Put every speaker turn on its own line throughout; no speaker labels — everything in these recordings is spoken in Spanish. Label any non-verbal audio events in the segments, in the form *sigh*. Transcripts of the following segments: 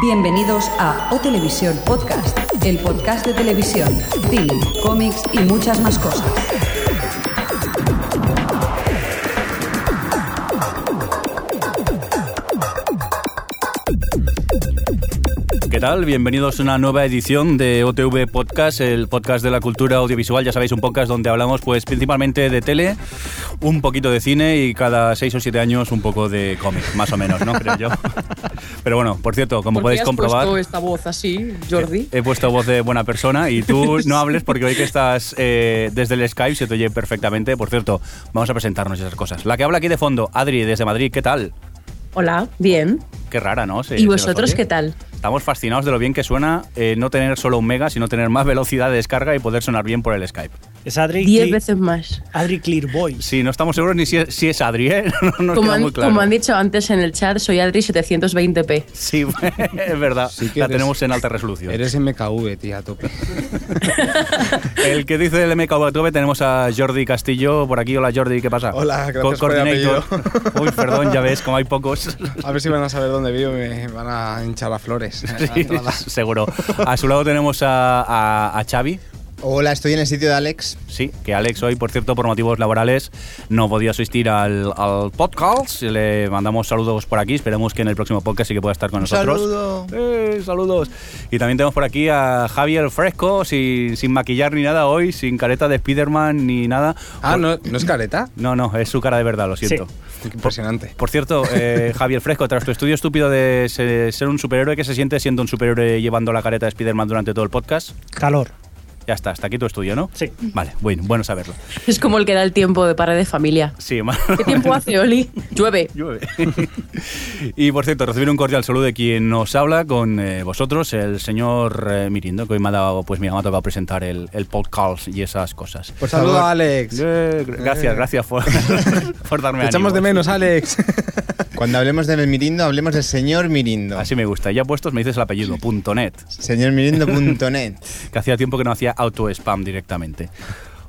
Bienvenidos a O Televisión Podcast, el podcast de televisión, film, cómics y muchas más cosas.
¿Qué tal? Bienvenidos a una nueva edición de OTV Podcast, el podcast de la cultura audiovisual. Ya sabéis, un podcast donde hablamos pues principalmente de tele, un poquito de cine y cada seis o siete años un poco de cómic, más
*laughs*
o menos, ¿no? Creo yo. Pero bueno, por cierto,
¿Por
como
qué
podéis
has
comprobar, Eh,
puesto esta voz así, Jordi?
he puesto voz de buena persona
*laughs*
y tú no hables porque hoy que estás eh, desde el Skype se te oye perfectamente. Por cierto, vamos a presentarnos y esas cosas. La que habla aquí de fondo, Adri, desde Madrid, ¿qué tal?
Hola, bien.
Qué rara, ¿no? Se-
¿Y
se nos
vosotros
oye.
qué tal?
Estamos fascinados de lo bien que suena eh, no tener solo un mega, sino tener más velocidad de descarga y poder sonar bien por el Skype.
Es Adri,
Diez
Cle-
veces más.
Adri Clear Boy.
Sí, no estamos seguros ni si es, si es Adri, ¿eh? *laughs* No nos
Como
queda
han,
muy claro.
como han dicho antes en el chat, soy Adri 720p.
Sí, *laughs* es verdad.
Sí que
la
eres-
tenemos en alta resolución.
Eres MKV, tía, a tope.
El que dice el MKV tenemos a Jordi Castillo por aquí. Hola Jordi, ¿qué pasa?
Hola, gracias por el apellido.
Uy, perdón, ya ves, como hay
*laughs*
pocos.
*laughs* A ver si van a saber dónde vivo y me van a hinchar a flores. a la
Sí,
entrada.
seguro. A su lado tenemos a, a, a Xavi.
Hola, estoy en el sitio de Alex.
Sí, que Alex hoy, por cierto, por motivos laborales no podía asistir al, al podcast. Le mandamos saludos por aquí. Esperemos que en el próximo podcast sí que pueda estar con nosotros.
saludo.
Eh, saludos. Y también tenemos por aquí a Javier Fresco, sin, sin maquillar ni nada hoy, sin careta de Spiderman ni nada.
Ah, ¿no, ¿no es careta?
No, no, es su cara de verdad, lo siento.
Qué Impresionante.
Por cierto, eh, Javier Fresco, tras tu estudio estúpido de se- ser un superhéroe, ¿qué se siente siendo un superhéroe llevando la careta de Spiderman durante todo el podcast?
Calor.
Ya está, hasta aquí tu estudio, ¿no?
Sí.
Vale, bueno, bueno saberlo.
*laughs* Es como el que da el tiempo de pared de familia.
Sí, más-
¿Qué
*laughs*
tiempo hace, Oli? Llueve.
Llueve. *laughs* y por cierto, recibir un cordial saludo de quien nos habla con eh, vosotros, el señor eh, Mirindo, que hoy me ha dado, pues mira, me ha tocado presentar el, el podcast y esas cosas.
Por saludo a Alex.
Eh, gr- gracias, gracias por, *laughs* por darme
Te
ánimos.
echamos de menos, ¿eh?
*laughs*
Alex.
Cuando hablemos de Mirindo, hablemos del señor Mirindo.
Así me gusta. Ya puestos me dices el apellido, punto .net,
Señormirindo.net.
que hacía tiempo que no hacía auto-spam directamente.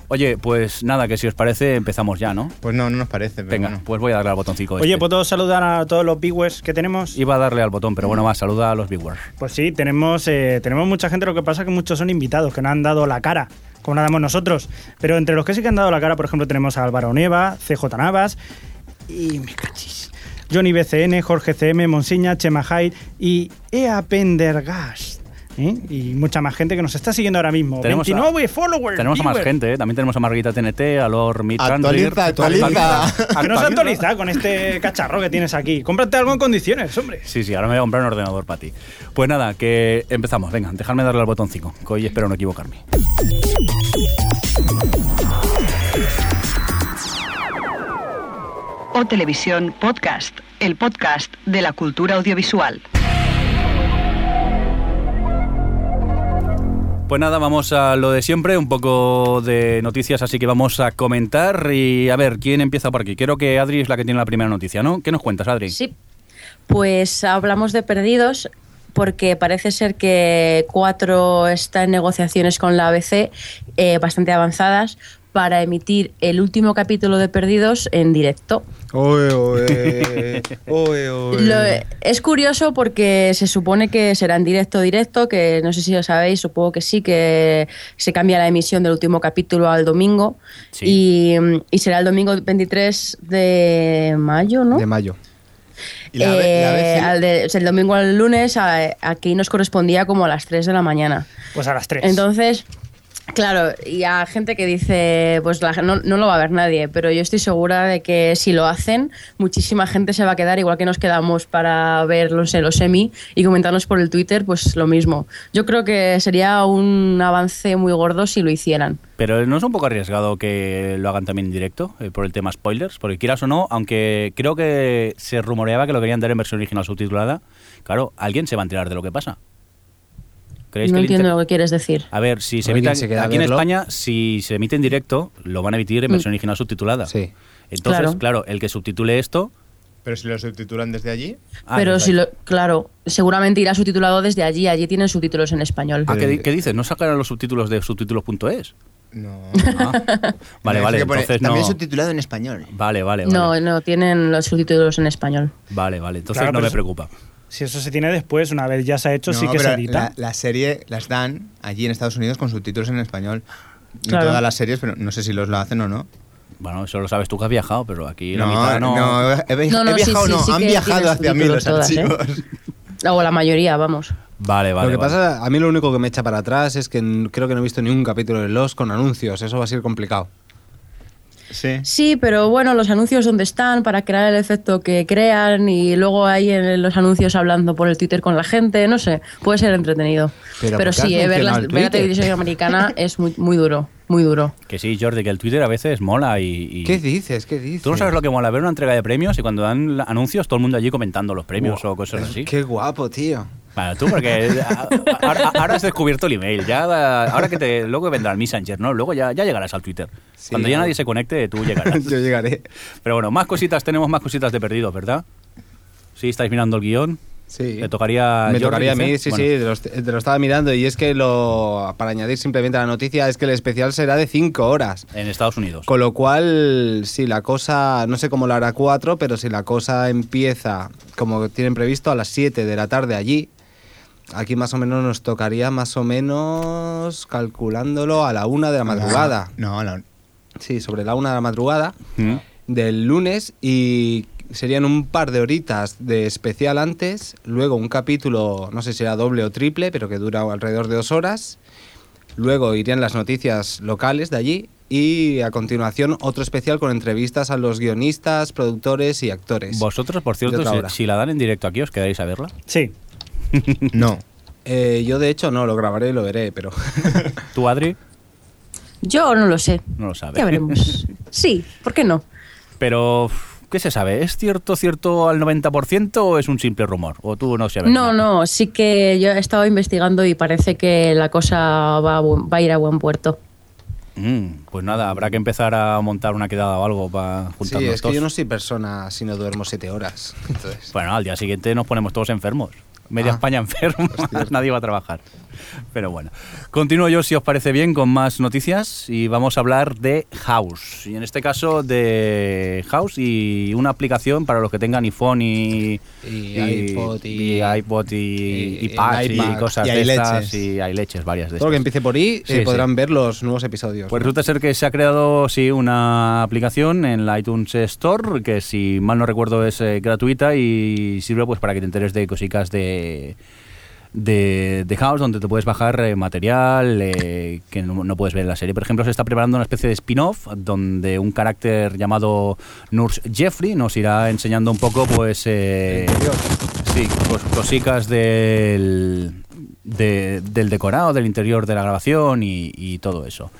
Oye, pues nada, que si os parece empezamos ya, ¿no?
Pues no, no nos parece, pero
Venga,
bueno.
pues voy a darle al botoncito.
Oye,
este.
¿puedo saludar a todos los viewers que tenemos?
Iba a darle al botón, pero bueno, más, saluda a los viewers.
Pues sí, tenemos, eh, tenemos mucha gente, lo que pasa es que muchos son invitados, que no han dado la cara, como la damos nosotros. Pero entre los que sí que han dado la cara, por ejemplo, tenemos a Álvaro Neva, CJ Navas y me cachis. Johnny BCN, Jorge CM, Monsiña, Chema Hyde y Ea Pendergast. ¿eh? Y mucha más gente que nos está siguiendo ahora mismo.
Tenemos a-
29 followers.
Tenemos a más
viewers.
gente, ¿eh? también tenemos a Marguita TNT, a Lord Meat Ah,
Actualiza,
Chandler.
actualiza.
*laughs*
Que no se actualiza con este cacharro que tienes aquí. Cómprate algo en condiciones, hombre.
Sí, sí, ahora me voy a comprar un ordenador para ti. Pues nada, que empezamos. Venga, dejadme darle al botón 5, que hoy espero no equivocarme.
O Televisión Podcast, el podcast de la cultura audiovisual.
Pues nada, vamos a lo de siempre, un poco de noticias, así que vamos a comentar y a ver, ¿quién empieza por aquí? Creo que Adri es la que tiene la primera noticia, ¿no? ¿Qué nos cuentas, Adri?
Sí. Pues hablamos de perdidos porque parece ser que Cuatro está en negociaciones con la ABC eh, bastante avanzadas para emitir el último capítulo de Perdidos en directo.
Oe, *laughs* oe. Oe,
Pues
oe.
Lo- es curioso porque se supone que será en directo, directo, que no sé si lo sabéis, supongo que sí, que se cambia la emisión del último capítulo al domingo
Sí.
y, y será el domingo 23 de mayo, ¿no?
De mayo.
Y la, ve- la
Eh,
vez-
al de- o sea, el domingo al lunes a- aquí nos correspondía como a las 3 de la mañana.
Pues a las 3.
Entonces, claro, y a gente que dice, pues la- no, no lo va a ver nadie, pero yo estoy segura de que si lo hacen, muchísima gente se va a quedar, igual que nos quedamos para ver los, los semi y comentarlos por el Twitter, pues lo mismo. Yo creo que sería un avance muy gordo si lo hicieran.
Pero ¿no es un poco arriesgado que lo hagan también en directo eh, por el tema spoilers? Porque quieras o no, aunque creo que se rumoreaba que lo querían dar en versión original subtitulada, claro, alguien se va a enterar de lo que pasa. ¿Creéis
No
que le
entiendo
inter-
lo que quieres decir.
A ver, si se
Alguien
emite
se queda a
aquí en
verlo.
España, si se emite en directo, lo van a emitir en versión original subtitulada.
Sí.
Entonces, claro.
Mm. Claro.
el que subtitule esto.
Pero si lo subtitulan desde allí.
Ah,
pero
es
si
verdad.
lo, claro, seguramente irá subtitulado desde allí, allí tienen subtítulos en español.
Ah,
Eh,
¿qué, di- qué dices? ¿No sacarán los subtítulos de
*laughs*
subtítulos.es?
No.
Ah, vale,
Tienes
vale,
que poner-
entonces no.
También subtitulado en español.
Vale, vale, vale.
No, no, tienen los subtítulos en español.
Vale, vale, entonces
Claro,
no
pero
me
es-
preocupa.
Si eso se tiene después, una vez ya se ha hecho, sí que se
pero
edita.
la, la serie las dan allí en Estados Unidos con subtítulos en español. No
Claro.
todas las series, pero no sé si los lo hacen o no.
Bueno, eso lo sabes tú que has viajado, pero aquí la
no,
mitad no.
no, he, vi-
No, no,
he
sí,
viajado,
sí,
no.
sí
han
que
viajado
tiene
hacia mí los
subtítulos todas, ¿eh?
archivos.
O la mayoría, vamos.
Vale, vale.
lo que
vale.
pasa, a mí lo único que me echa para atrás es que n- creo que no he visto ningún capítulo de Lost con anuncios. Eso va a ser complicado.
Sí.
Sí, pero bueno, los anuncios donde están para crear el efecto que crean y luego ahí en los anuncios hablando por el Twitter con la gente, no sé, puede ser entretenido.
Pero
Pero,
¿por qué has
sí, eh, ver, las-
mencionado el
ver la
Twitter?
televisión americana es muy, muy duro, muy duro.
Que sí, Jordi, que el Twitter a veces mola y. y-
¿Qué dices? ¿Qué dices?
Tú no sabes lo que mola ver una entrega de premios y cuando dan la- anuncios, todo el mundo allí comentando los premios o cosas así.
Qué guapo, tío.
Bueno, tú,
*laughs*
porque a- a- ahora, ahora has descubierto el email. Ya, ahora que te, luego vendrá el Messenger, ¿no? Luego ya, ya llegarás al Twitter.
Sí,
Cuando ya
claro.
nadie se conecte, tú llegarás.
*laughs* Yo llegaré.
Pero bueno, más cositas, tenemos más cositas de perdidos, ¿verdad? Sí, estáis mirando el guión.
Sí.
Te tocaría.
Me
Jordi,
tocaría a mí,
dice?
sí,
Bueno.
sí, te lo, est- te lo estaba mirando. Y es que lo, para añadir simplemente a la noticia, es que el especial será de 5 horas.
En Estados Unidos.
Con lo cual, si la cosa, no sé cómo lo hará 4, pero si la cosa empieza como tienen previsto a las 7 de la tarde allí, aquí más o menos nos tocaría más o menos calculándolo a la 1 de la madrugada.
No, no.
Sí, sobre la 1 de la madrugada
¿Mm?
del lunes y serían un par de horitas de especial antes, luego un capítulo, no sé si era doble o triple, pero que dura alrededor de dos horas, luego irían las noticias locales de allí y a continuación otro especial con entrevistas a los guionistas, productores y actores.
Vosotros, por cierto,
De otra
si-
hora.
si, la dan en directo aquí, ¿os quedáis a verla?
Sí.
No.
Eh, yo de hecho no, lo grabaré y lo veré, pero... *laughs*
¿Tú, Adri?
Yo no lo sé.
No lo sabes.
Ya veremos. Sí, ¿por qué no?
Pero, uf, ¿qué se sabe? ¿Es cierto, cierto al 90% o es un simple rumor? ¿O tú no sabes?
No, no, sí que yo he estado investigando y parece que la cosa va a, bu- va a ir a buen puerto.
Mm, pues nada, habrá que empezar a montar una quedada o algo para
sí,
juntarnos
es que
todos.
yo no soy persona si no duermo siete horas. Entonces,
Pues Bueno, al día siguiente nos ponemos todos enfermos. Media
Ah,
España enferma, *laughs* nadie va a trabajar. Pero bueno, continúo yo si os parece bien con más noticias y vamos a hablar de House. Y en este caso de House y una aplicación para los que tengan iPhone y,
Y iPod y-
y iPod y,
y-
y Patch
y
y
iPad.
cosas
Y hay
de estas
leches.
y hay leches varias de
todo lo que
estas.
empiece por ahí
Sí, sí.
podrán ver los nuevos episodios.
Pues resulta ser que se ha creado, sí, una aplicación en la iTunes Store, que si mal no recuerdo es eh, gratuita y sirve pues para que te enteres de cositas de, de, de House, donde te puedes bajar eh, material eh, que no, no puedes ver en la serie. Por ejemplo, se está preparando una especie de spin-off donde un carácter llamado Nurse Jeffrey nos irá enseñando un poco, pues, eh, sí, cos- cositas del, de- del decorado, del interior de la grabación y, y todo eso.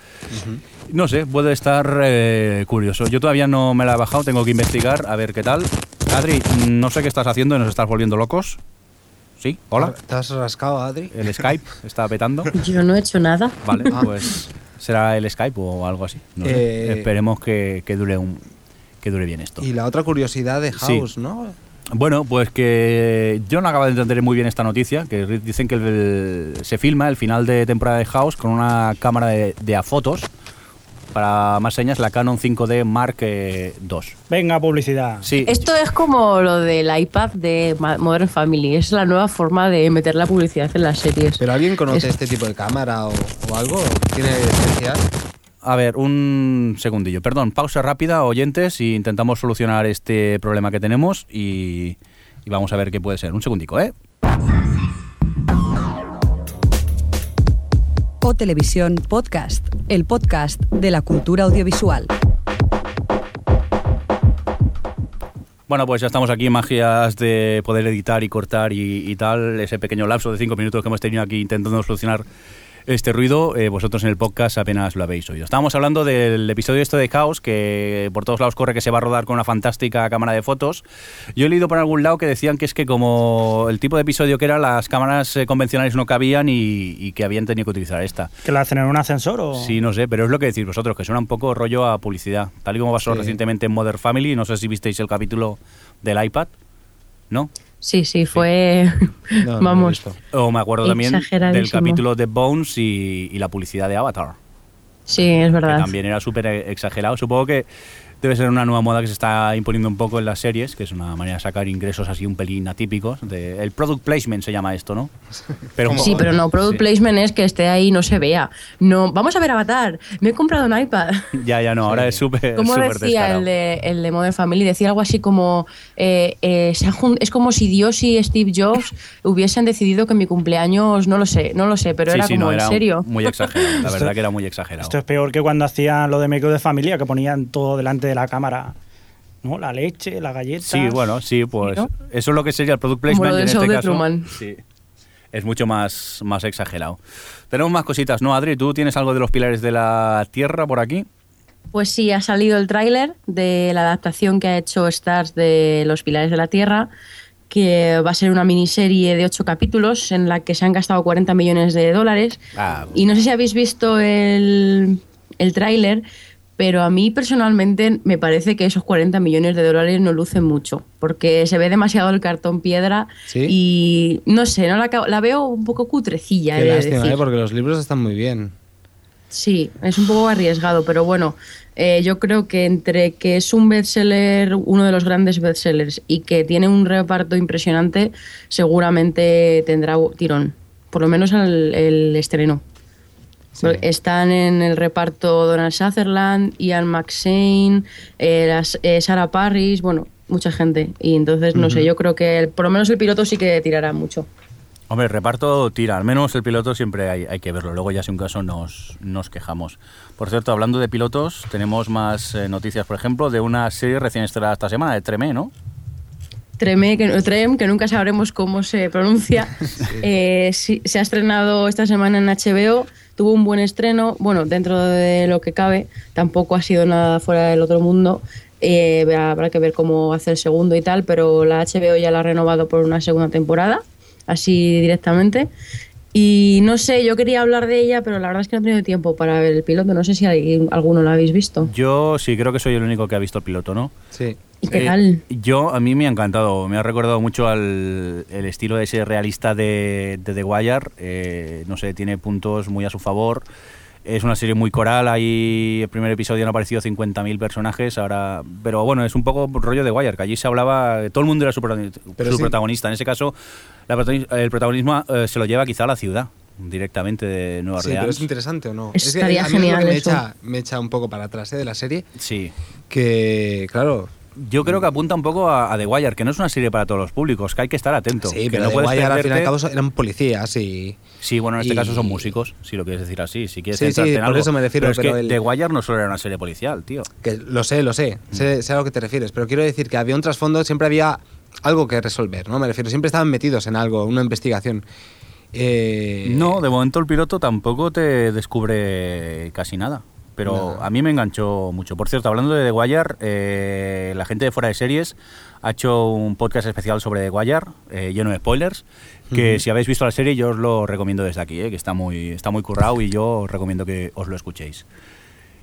No sé, puede estar eh, curioso. Yo todavía no me la he bajado, tengo que investigar a ver qué tal. Adri, no sé qué estás haciendo y nos estás volviendo locos. ¿Sí? ¿Hola?
¿Te has rascado, Adri?
El Skype está petando.
Yo no he hecho nada.
Vale, pues será el Skype o algo así. No sé.
Ah. Eh,
Esperemos que, que dure un que dure bien esto.
Y la otra curiosidad de
Sí.
House, ¿no?
Bueno, pues que yo no acabo de entender muy bien esta noticia, que dicen que el- se filma el final de temporada de House con una cámara de, de a fotos. Para más señas, la Canon 5D Mark eh, II.
Venga, publicidad.
Sí,
Esto es como lo del iPad de Ma- Modern Family. Es la nueva forma de meter la publicidad en las series.
¿Pero alguien conoce
Es-
este tipo de cámara o, o algo? ¿Tiene especial?
A ver, un segundillo. Perdón, pausa rápida, oyentes, y intentamos solucionar este problema que tenemos y, y vamos a ver qué puede ser. Un segundico, ¿eh?
O Televisión Podcast, el podcast de la cultura audiovisual.
Bueno, pues ya estamos aquí, magias de poder editar y cortar y, y tal. Ese pequeño lapso de cinco minutos que hemos tenido aquí intentando solucionar este ruido, eh, vosotros en el podcast apenas lo habéis oído. Estábamos hablando del episodio este de Caos, que por todos lados corre que se va a rodar con una fantástica cámara de fotos. Yo he leído por algún lado que decían que es que como el tipo de episodio que era, las cámaras eh, convencionales no cabían y- y que habían tenido que utilizar esta.
¿Que la hacen en un ascensor o...?
Sí, no sé, pero es lo que decís vosotros, que suena un poco rollo a publicidad. Tal y como pasó
Sí.
recientemente en Mother Family, no sé si visteis el capítulo del iPad, ¿no?
Sí, sí, fue.
No, no lo he
Vamos.
visto.
O me acuerdo también del
Exageradísimo.
capítulo de Bones y, y la publicidad de Avatar,
sí, es
que
verdad.
también era súper exagerado. Supongo que debe ser una nueva moda que se está imponiendo un poco en las series, que es una manera de sacar ingresos así un pelín atípicos. de- el product placement se llama esto, ¿no? Pero
Sí, pero no,
*laughs*
product
Sí.
placement es que esté ahí y no se vea. No, vamos a ver Avatar, me he comprado un iPad. *laughs*
Ya, ya no, ahora es súper
¿Cómo
súper
decía
descarado.
el de, el de Modern Family? Decía algo así como, eh, eh, se han jun- es como si Dios y Steve Jobs hubiesen decidido que mi cumpleaños, no lo sé, no lo sé, pero
Sí,
era
sí,
como
no,
en
era
serio.
Muy exagerado, la verdad
Esto-
que era muy exagerado.
Esto es peor que cuando hacían lo de Make de Familia, que ponían todo delante de la cámara. ¿No? La leche, la galleta.
Sí, bueno, sí, pues
¿No?
eso es lo que sería el product
Como
placement
lo
y en
del show
este
de
caso.
Truman.
Sí. Es mucho más, más exagerado. Tenemos más cositas, ¿no, Adri? ¿Tú tienes algo de los pilares de la tierra por aquí?
Pues sí, ha salido el tráiler de la adaptación que ha hecho Stars de Los Pilares de la Tierra, que va a ser una miniserie de ocho capítulos en la que se han gastado 40 millones de dólares.
Ah,
Y no sé si habéis visto el, el tráiler, pero a mí personalmente me parece que esos 40 millones de dólares no lucen mucho, porque se ve demasiado el cartón piedra
Sí.
y no sé, no la, acabo- la veo un poco cutrecilla.
Qué
he de
lástima,
decir.
¿eh? porque los libros están muy bien.
Sí, es un poco arriesgado, pero bueno, eh, yo creo que entre que es un bestseller, uno de los grandes bestsellers, y que tiene un reparto impresionante, seguramente tendrá tirón, por lo menos al- el estreno. Porque Están en el reparto Donald Sutherland, Ian McShane, eh, las- eh, Sarah Parris, bueno, mucha gente. Y entonces, no sé, yo creo que el- por lo menos el piloto sí que tirará mucho.
Hombre, el reparto tira, al menos el piloto siempre hay, hay que verlo. Luego ya si un caso nos, nos quejamos. Por cierto, hablando de pilotos, tenemos más eh, noticias, por ejemplo, de una serie recién estrenada esta semana, de Tremé, ¿no?
Treme, que, Trem, que nunca sabremos cómo se pronuncia, eh, sí, se ha estrenado esta semana en HBO, tuvo un buen estreno, bueno, dentro de lo que cabe, tampoco ha sido nada fuera del otro mundo, eh, habrá que ver cómo hace el segundo y tal, pero la HBO ya la ha renovado por una segunda temporada, así directamente. Y no sé, yo quería hablar de ella, pero la verdad es que no he tenido tiempo para ver el piloto, no sé si alguien- alguno lo habéis visto. *laughs*
Yo sí creo que soy el único que ha visto el piloto, ¿no?
Sí.
¿Y qué
Eh,
tal?
Yo, a mí me ha encantado, me ha recordado mucho al el estilo de ese realista de, de The Wire, eh, no sé, tiene puntos muy a su favor, es una serie muy coral, ahí el primer episodio han aparecido 50.000 personajes, ahora, pero bueno, es un poco rollo de Wire, que allí se hablaba, todo el mundo era su, protagoni-
Pero
su
sí.
protagonista, en ese caso la protagoni- el protagonismo eh, se lo lleva quizá a la ciudad, directamente de Nueva
Sí, pero
Orleans.
es interesante o no.
Eso
es que
estaría
a mí es lo que
genial,
me
eso.
echa, me echa un poco para atrás ¿eh? de la serie,
sí.
que claro,
Yo creo que apunta un poco a, a The Wire, que no es una serie para todos los públicos, que hay que estar atento.
sí,
que
pero
no
de
puedes
Wire al fin y al
perderte-
cabo eran policías y...
Sí, bueno, en este
Y-
caso son músicos, si lo quieres decir así, si quieres
Sí, sí,
centrarte en
por
algo.
eso me refiero,
Pero es
pero
que
el-
The Wire no solo era una serie policial, tío.
Que lo sé, lo sé, sé, sé a lo que te refieres, pero quiero decir que había un trasfondo, siempre había algo que resolver, ¿no? Me refiero, siempre estaban metidos en algo, una investigación. Eh,
No, de momento el piloto tampoco te descubre casi nada. Pero
Nada.
a mí me enganchó mucho. Por cierto, hablando de The Wire, eh, la gente de Fuera de Series ha hecho un podcast especial sobre The Wire, eh, lleno de spoilers, que si habéis visto la serie yo os lo recomiendo desde aquí, eh, que está muy, está muy currado y yo os recomiendo que os lo escuchéis.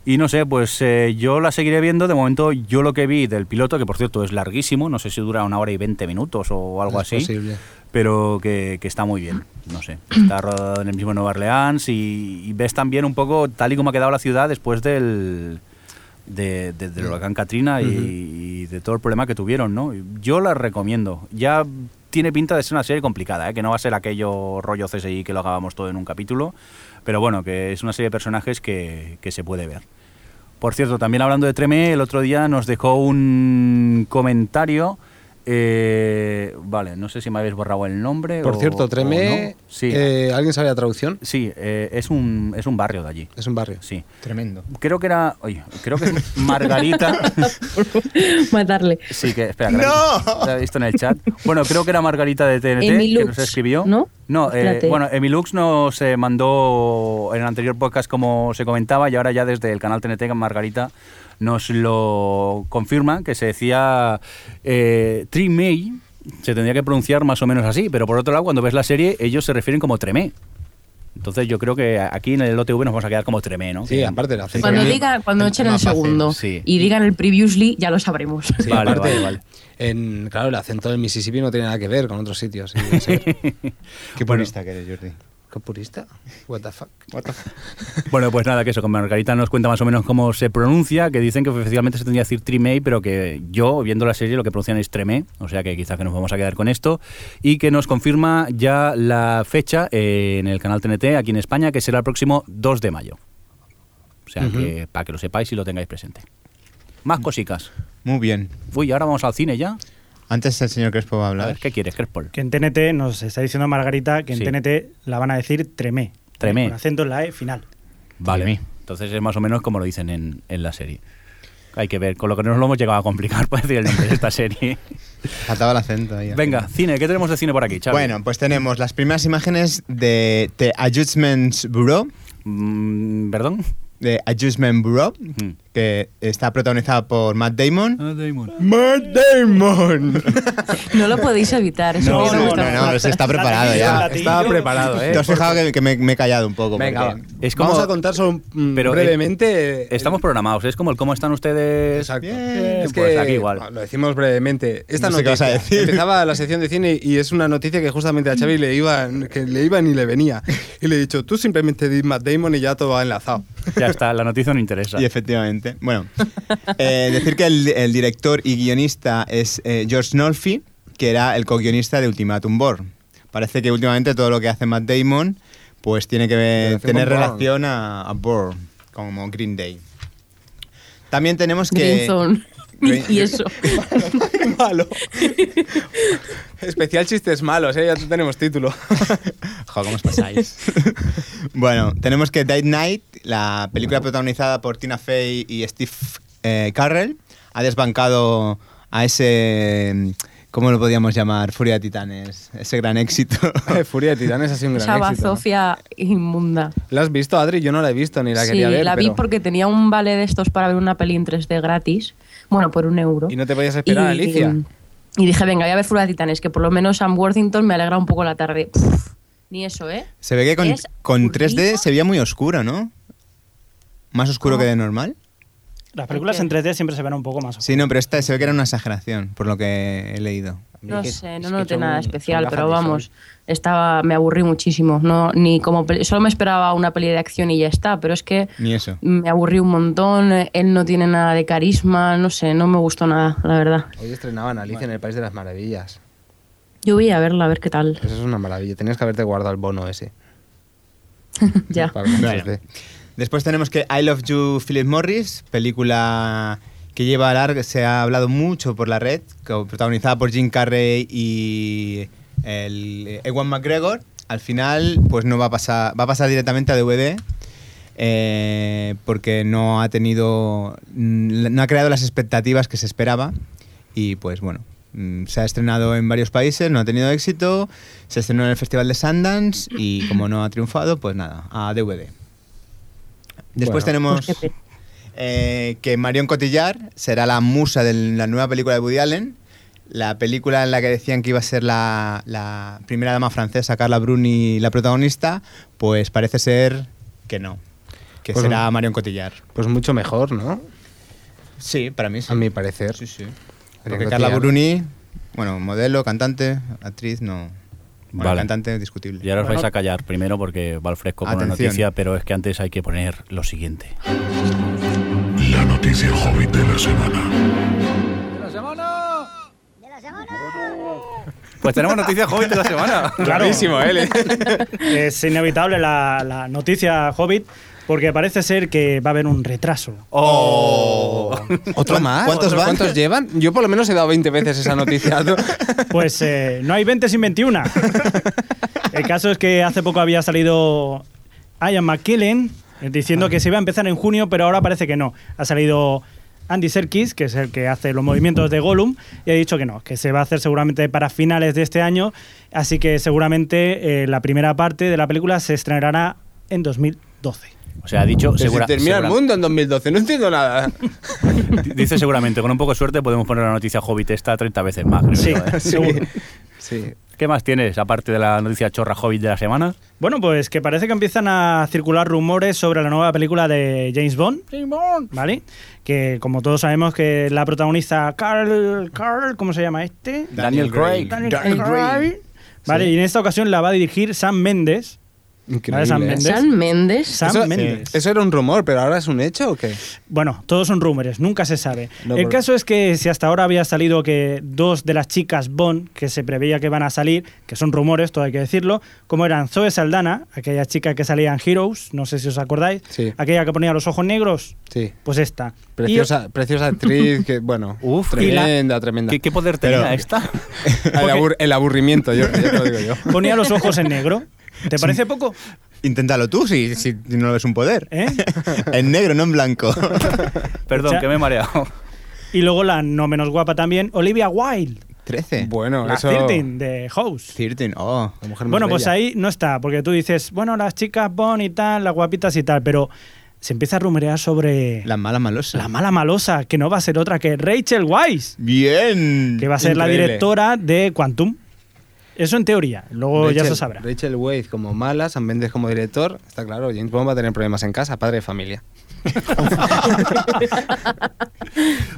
Y no sé, pues eh, yo la seguiré viendo. De momento, yo lo que vi del piloto, que por cierto es larguísimo, no sé si dura una hora y 20 minutos o algo
Es
así,
posible.
pero que, que está muy bien. No sé, está rodado en el mismo Nueva Orleans y, y ves también un poco tal y como ha quedado la ciudad después del. De, de-
Mm.
del huracán Katrina y, y de todo el problema que tuvieron, ¿no? Yo la recomiendo. Ya tiene pinta de ser una serie complicada, ¿eh? que no va a ser aquello rollo CSI que lo hagamos todo en un capítulo, pero bueno, que es una serie de personajes que, que se puede ver. Por cierto, también hablando de Tremé, el otro día nos dejó un comentario. eh, vale, no sé si me habéis borrado el nombre.
Por
o-
cierto,
o
Tremé,
no. Sí,
eh, ¿alguien sabe la traducción?
sí eh, es, un, es un barrio de allí.
Es un barrio.
Sí.
Tremendo.
Creo que era. Oye, creo que es
*laughs*
Margarita.
Matarle.
Sí, que espera, que la he- la he visto en el chat. Bueno, creo que era Margarita de TNT que
Emilux,
nos escribió.
¿no?
No, eh,
Espérate.
bueno, Emilux nos eh, mandó en el anterior podcast, como se comentaba, y ahora ya desde el canal TNT, que Margarita nos lo confirma, que se decía eh, Trimei, se tendría que pronunciar más o menos así, pero por otro lado, cuando ves la serie, ellos se refieren como Tremé. Entonces yo creo que aquí en el OTV nos vamos a quedar como Tremé, ¿no?
Sí,
Que- *laughs*
aparte la
Cuando
Sí.
diga, cuando
Es
echen el
más fácil,
segundo
sí.
y digan el previously, ya lo sabremos.
Sí,
Vale,
aparte,
vale, vale.
En,
*laughs*
claro, el acento del Mississippi no tiene nada que ver con otros sitios. sí, debe ser.
Qué purista que eres, Jordi.
Qué purista. What the fuck.
Bueno, pues nada, que eso, con Margarita nos cuenta más o menos cómo se pronuncia, que dicen que oficialmente se tendría que decir Trimei, pero que yo, viendo la serie, lo que pronuncian es Tremé, o sea que quizás que nos vamos a quedar con esto, y que nos confirma ya la fecha eh, en el canal TNT aquí en España, que será el próximo 2 de mayo. O sea que para que lo sepáis y lo tengáis presente. Más cositas.
Muy bien.
Uy, ahora vamos al cine ya.
Antes el señor Crespo va a
A
hablar.
ver, ¿qué quieres, Crespol?
Que en TNT nos está diciendo Margarita que en
Sí.
TNT la van a decir tremé.
Tremé.
Con acento en la E final.
Vale. Entonces es más o menos como lo dicen en, en la serie. Hay que ver, con lo que nos lo hemos llegado a complicar *laughs* para decir el nombre de esta serie.
Faltaba el acento ahí.
Venga, cine, ¿qué tenemos de cine por aquí, Xavi?
Bueno, pues tenemos las primeras imágenes de The Adjustments Bureau,
Mm, ¿Perdón?
de Adjustment Bureau, que está protagonizada por Matt
Ah.
Damon. ¡Matt Damon!
*laughs* No lo podéis evitar. Eso
*laughs* No,
me
no,
gusta.
no, no, se está preparado ya.
Estaba preparado, ¿eh?
Te has fijado que, que me, me he callado un poco.
Venga,
porque-
va.
Es como-
Vamos a contar solo, mm,
Pero, eh,
brevemente. eh,
Estamos programados, es como el cómo están ustedes.
Exacto.
Bien,
es que
pues aquí igual.
Lo decimos brevemente. Esta
No sé qué
noticia
vas a decir.
empezaba la sección de cine y es una noticia que justamente a Xavi le iba, que le iba ni le venía. Y le he dicho, tú simplemente di Matt Damon y ya todo va enlazado.
Ya está, la noticia no interesa.
Y efectivamente. Bueno, *laughs* eh, decir que el, el director y guionista es eh, George Nolfi, que era el co-guionista de Ultimatum Born. Parece que últimamente todo lo que hace Matt Damon pues tiene que ver-
Relación con
tener
Bourne.
relación a, a Born, como Green Day. También tenemos que...
Green
*laughs*
Zone.
Green-
*laughs* Y eso.
*laughs*
Malo. Especial chistes malos, ¿eh? ya tenemos título.
*laughs* Jo, ¿cómo os pasáis? *laughs* bueno, tenemos que Date Night, la película protagonizada por Tina Fey y Steve eh, Carrell, ha desbancado a ese. ¿Cómo lo podíamos llamar? Furia de Titanes. Ese gran *laughs* éxito.
*laughs*
Furia de Titanes ha sido un gran éxito. ¿no?
Chabazofia inmunda.
¿La has visto, Adri? Yo no la he visto ni la
sí,
quería ver.
la vi
pero-
porque tenía un vale de estos para ver una peli en 3D gratis. Bueno, por un euro.
Y no te podías esperar,
Y-
Alicia.
Y dije, venga, voy a ver Furia de Titanes, que por lo menos Sam Worthington me alegra un poco la tarde. Pff, ni eso, ¿eh?
Se ve que con,
Es
con 3D
aburrido.
se veía muy oscuro, ¿no? Más oscuro que de normal.
Las películas en 3D siempre se ven un poco más.
Sí, no, pero esta se ve que era una exageración, por lo que he leído.
No
Es que-
sé,
es
no
que
noté
son-
nada
son
especial,
gafas
pero
de sol.
vamos, estaba, me aburrí muchísimo. No, ni como pel- solo me esperaba una peli de acción y ya está, pero es que
Ni eso.
me aburrí un montón. eh, Él no tiene nada de carisma, no sé, no me gustó nada, la verdad.
Hoy estrenaban Alicia en el País de las Maravillas.
Yo voy a verla, a ver qué tal. *laughs*
Eso es una maravilla. Tenías que haberte guardado el bono ese.
ya.
Para ver
Bueno.
3D.
Después tenemos que I Love You, Philip Morris, película que lleva largo, se ha hablado mucho por la red, co- protagonizada por Jim Carrey y el eh, Ewan McGregor. Al final, pues no va a pasar, va a pasar directamente a DVD. eh, porque no ha tenido, mm, no ha creado las expectativas que se esperaba y pues bueno, mm, se ha estrenado en varios países, no ha tenido éxito, se estrenó en el Festival de Sundance y como no ha triunfado, pues nada, a DVD.
Bueno.
Después tenemos
Pues qué pena.
eh, que Marion Cotillard será la musa de la nueva película de Woody Allen, la película en la que decían que iba a ser la, la primera dama francesa, Carla Bruni, la protagonista, pues parece ser que no, que
Pues
será
no.
Marion Cotillard.
Pues mucho mejor, ¿no?
Sí, para mí sí.
A mi parecer.
Sí, sí.
Pero
Porque
no
Carla
tiene-
Bruni, bueno, modelo, cantante, actriz, no. Bueno,
Vale.
cantante discutible.
Y ahora os
Bueno.
vais a callar primero porque va al fresco con una
Atención.
noticia, pero es que antes hay que poner lo siguiente.
La noticia hobbit de la semana.
Pues tenemos noticias joven de la semana.
*laughs*
Clarísimo,
él. ¿eh?
Es inevitable la, la noticia Hobbit porque parece ser que va a haber un retraso.
Oh.
*laughs* ¿Otro más?
¿Cuántos
¿Otro-
van?
¿Cuántos llevan? Yo por lo menos he dado 20 veces esa noticia. *laughs* ¿no?
Pues eh, no hay 20 sin 21. El caso es que hace poco había salido Ian McKellen eh, diciendo que se iba a empezar en junio, pero ahora parece que no. Ha salido Andy Serkis, que es el que hace los movimientos de Gollum, y ha dicho que no, que se va a hacer seguramente para finales de este año. Así que seguramente eh, la primera parte de la película se estrenará en 2012.
O sea, ha dicho
Pero
segura-
si termina el
segura-
mundo en 2012, no entiendo *laughs* nada.
*laughs* Dice seguramente, con un poco de suerte podemos poner la noticia Hobbit esta 30 veces más. creo
Sí,
yo, ¿eh?
seguro.
Sí.
¿Qué más tienes aparte de la noticia chorra Hobbit de la semana?
Bueno, pues que parece que empiezan a circular rumores sobre la nueva película de James Bond. James Bond. ¿Vale? Que como todos sabemos que la protagonista Carl, Carl ¿cómo se llama este?
Daniel Craig.
Daniel Craig. Vale, y en esta ocasión la va a dirigir Sam Mendes,
Increíble.
San
¿eh?
Méndez.
San Méndez.
Sam
Eso-
Méndez.
¿Eso era un rumor, pero ahora es un hecho o qué?
Bueno, todos son rumores, nunca se sabe.
No,
el
por-
caso es que si hasta ahora había salido que dos de las chicas Bond que se preveía que van a salir, que son rumores, todo hay que decirlo, como eran Zoe Saldana, aquella chica que salía en Heroes, no sé si os acordáis,
Sí.
aquella que ponía los ojos negros,
Sí.
pues esta. Y-
Preciosa, preciosa actriz, que
*laughs*
bueno,
Uf, y la-
tremenda, tremenda. *laughs*
¿Qué, qué poder
Pero-
tenía esta?
El, abur- el aburrimiento, yo, yo te lo digo
*laughs*
yo. *laughs*
Ponía los ojos en negro. ¿Te parece poco?
Inténtalo tú si, si no es un poder.
¿Eh?
*laughs* En negro, no en blanco.
Perdón,
Escucha.
que me he mareado.
Y luego la no menos guapa también, Olivia Wilde,
13.
Bueno,
la
eso.
13 de House.
13, oh.
La mujer más
Bueno, pues
bella.
ahí no está, porque tú dices, bueno, las chicas Bond y tal, las guapitas y tal, pero se empieza a rumorear sobre
La mala malosa.
la mala malosa, que no va a ser otra que Rachel Weisz,
Bien.
que va a ser la
Increíble.
directora de Quantum. Eso en teoría, luego ya se sabrá.
Rachel Wade como mala, San Méndez como director. Está claro, James Bond va a tener problemas en casa, padre de familia.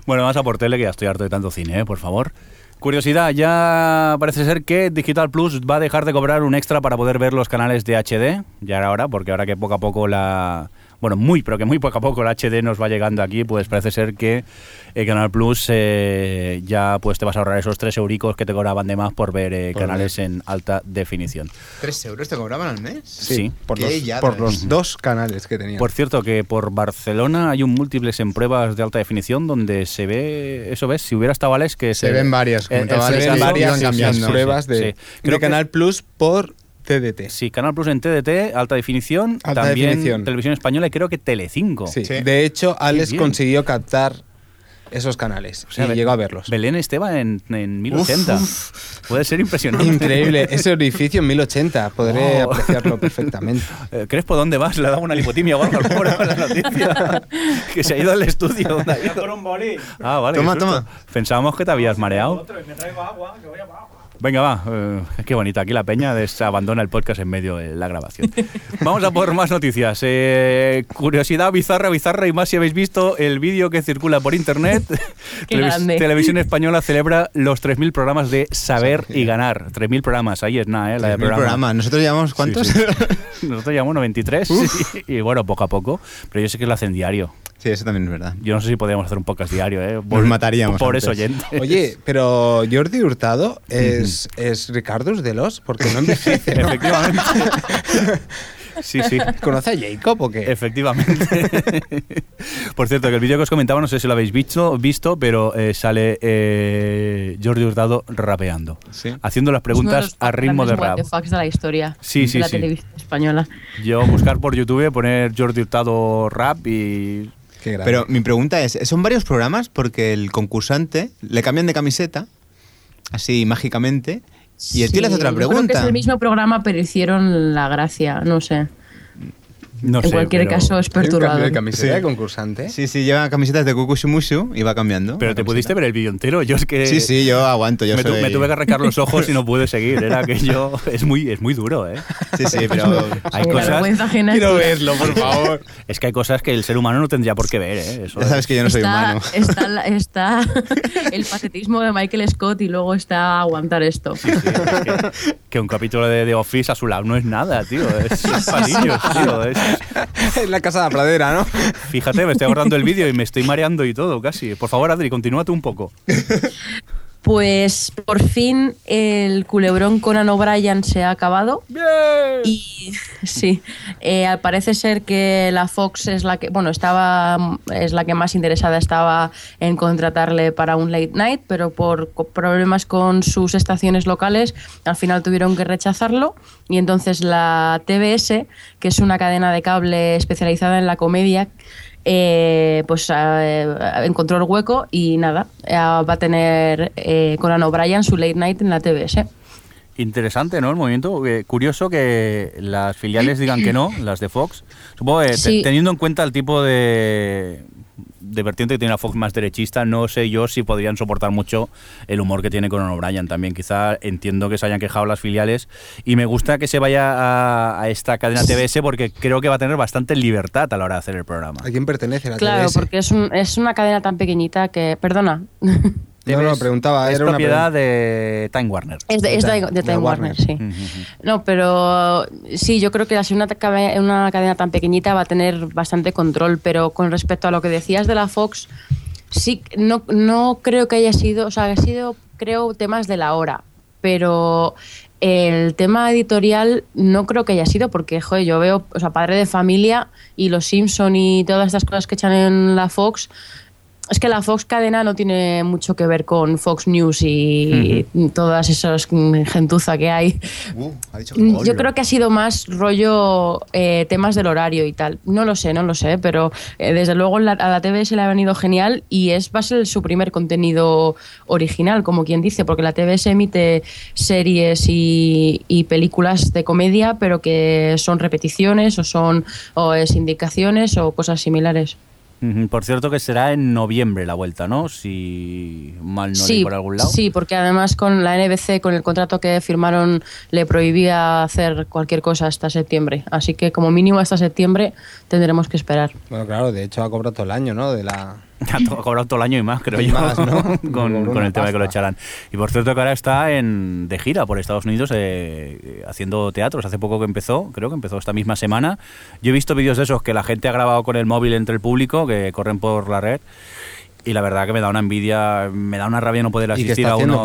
Bueno, vamos a por tele, que ya estoy harto de tanto cine, ¿eh? por favor. Curiosidad, ya parece ser que Digital Plus va a dejar de cobrar un extra para poder ver los canales de HD. Ya era hora, porque ahora que poco a poco la... Bueno, muy, pero que muy poco a poco la HD nos va llegando aquí, pues parece ser que el Canal Plus eh, ya pues te vas a ahorrar esos tres euricos que te cobraban de más por ver eh,
Por
canales en alta definición.
3 euros te cobraban al mes.
Sí.
Por,
Qué
los,
lladas.
por los dos canales que tenía.
Por cierto, que por Barcelona hay un múltiples en pruebas de alta definición donde se ve, eso ves, si hubiera estado Alex que
Se ven varias, como
eh,
te
eh,
van-
se
Se
sí,
ven
sí,
ven varias
van cambiando,
las pruebas
sí,
de,
sí. Creo
de
que-
Canal Plus por TDT.
Sí, Canal Plus en TDT, alta definición,
Alta
también
definición.
Televisión Española y creo que Telecinco.
Sí.
Sí.
De hecho, Alex
bien.
consiguió captar esos canales
sea,
y
Be-
llegó a verlos.
Belén Esteban en, en 1080. Puede ser impresionante.
Increíble, ese orificio en 1080, podré
Wow.
apreciarlo perfectamente.
*laughs* Eh, Crespo, ¿dónde vas? Le ha dado una lipotimia o algo *laughs* al pobre con la noticia. que se ha ido al estudio. ¿dónde ha ido? Ah, vale.
Toma,
qué susto.
toma.
Pensábamos que te habías mareado. Venga, va. eh, qué bonita. Aquí la peña des- abandona el podcast en medio de la
*laughs*
grabación. Vamos a por más noticias. Eh, curiosidad bizarra, bizarra y más si habéis visto el vídeo que circula por internet.
*laughs*
*laughs*
Qué grande.
Televisión Española celebra los 3.000 programas de Saber y Ganar. 3.000 programas. Ahí es nada, ¿eh? La de
3.000 programas. Nosotros llevamos cuántos?
Sí,
Sí, *laughs*
Nosotros llevamos 93 *laughs* y, y bueno, poco a poco. Pero yo sé que lo hacen diario.
eso también es verdad.
Yo no sé si podríamos hacer un podcast diario, ¿eh?
mataríamos
Pobres
antes.
oyentes.
Oye, pero Jordi Hurtado es, es Ricardus de los, porque no envejece.
*laughs*
*laughs*
¿no?
Efectivamente. Sí, sí.
¿Conoce a Jacob o qué?
Efectivamente. *laughs* Por cierto, que el vídeo que os comentaba, no sé si lo habéis visto, visto pero eh, sale eh, Jordi Hurtado rapeando.
Sí.
Haciendo las
Es
preguntas
uno
a ritmo de
los grandes
rap.
what the fucks de la historia
Sí, sí,
de la
sí.
televisión española.
Yo buscar por YouTube, poner Jordi Hurtado rap y...
Qué grande.
Pero mi pregunta es, ¿son varios programas? Porque el concursante le cambian de camiseta, así mágicamente, y el tío le hace otra
yo creo que
pregunta.
es el mismo programa, pero hicieron la gracia, no sé.
No
en
sé,
cualquier
pero-
caso es
Hay un cambio de
perturbador.
camiseta
Sí.
de concursante.
Sí, sí, lleva camisetas de Kukushimushu y va cambiando.
Pero
la
te
camiseta.
pudiste ver el vídeo entero. Yo es que...
Sí, sí, yo aguanto. Yo
me, tu-
soy-
me tuve que arrancar los ojos y no pude seguir. Era que yo... Es muy, es muy duro, ¿eh?
Sí, sí,
*laughs*
pero...
Hay
La
cosas...
vergüenza ajena es-
por favor.
Es que hay cosas que el ser humano no tendría por qué ver, ¿eh? Eso
Ya
es-
sabes que yo no soy humano.
*laughs* Está, la- está *laughs* el patetismo de Michael Scott y luego está aguantar esto.
Sí, sí, es que, que un capítulo de The Office a su lado no es nada, tío. Es, es palillos, tío. es-
en la
*laughs*
casa de la pradera, ¿no?
fíjate, me estoy agarrando el vídeo y me estoy mareando y todo, casi. Por favor, Adri, continúate un poco.
Pues por fin el culebrón Conan O'Brien se ha acabado. Y *laughs* sí, eh, parece ser que la Fox es la que, bueno, estaba, es la que más interesada estaba en contratarle para un late night, pero por co- problemas con sus estaciones locales, al final tuvieron que rechazarlo. Y entonces la TBS, que es una cadena de cable especializada en la comedia, eh, pues eh, encontró el hueco y nada, eh, va a tener eh, Conan O'Brien su late night en la TBS.
Interesante, ¿no? El movimiento. Eh, curioso que las filiales digan que no, las de Fox. Supongo que te-
Sí.
teniendo en cuenta el tipo de, de vertiente que tiene la Fox más derechista, no sé yo si podrían soportar mucho el humor que tiene Conan O'Brien también. Quizá entiendo que se hayan quejado las filiales y me gusta que se vaya a, a esta cadena TBS porque creo que va a tener bastante libertad a la hora de hacer el programa.
¿A quién pertenece la
Claro,
TBS?
porque es, un- es una cadena tan pequeñita que. Perdona.
No, no,
ves-
preguntaba,
Es
era una
propiedad de Time Warner.
*laughs* Es de, es de- de
De
Time Warner,
Warner.
sí.
mm.
No, pero sí, yo creo que al ser una, ca- una cadena tan pequeñita va a tener bastante control, pero con respecto a lo que decías de la Fox, sí, no, no creo que haya sido, o sea, ha sido, creo, temas de la hora, pero el tema editorial no creo que haya sido, porque, joder, yo veo, o sea, Padre de Familia y Los Simpson y todas estas cosas que echan en la Fox, es que la Fox cadena no tiene mucho que ver con Fox News y todas esas mm, gentuza que hay.
Uh, ha dicho
Mm, Yo creo que ha sido más rollo eh, temas del horario y tal. No lo sé, no lo sé, pero eh, desde luego la- a la TV se le ha venido genial y es va a ser su primer contenido original, como quien dice, porque la TV se emite series y, y películas de comedia, pero que son repeticiones o son o es indicaciones o cosas similares.
Ujú, Por cierto que será en noviembre la vuelta, ¿no? Si mal no leí por algún lado. *laughs*
Sí, porque además con la NBC, con el contrato que firmaron, le prohibía hacer cualquier cosa hasta septiembre. Así que como mínimo hasta septiembre tendremos que esperar.
Bueno, claro, de hecho ha cobrado todo el año, ¿no? De la...
Ha to- ha cobrado todo el año y más, creo
Y
yo, *laughs*
más, ¿no?
con, con el
Una
tema de que lo
pasta.
echarán. Y por cierto que ahora está en, de gira por Estados Unidos eh, eh, haciendo teatros. Hace poco que empezó, creo que empezó esta misma semana. Yo he visto vídeos de esos que la gente ha grabado con el móvil entre el público, que corren por la red. Y la verdad que me da una envidia, me da una rabia no poder
¿Y
asistir
que está
a
haciendo
uno.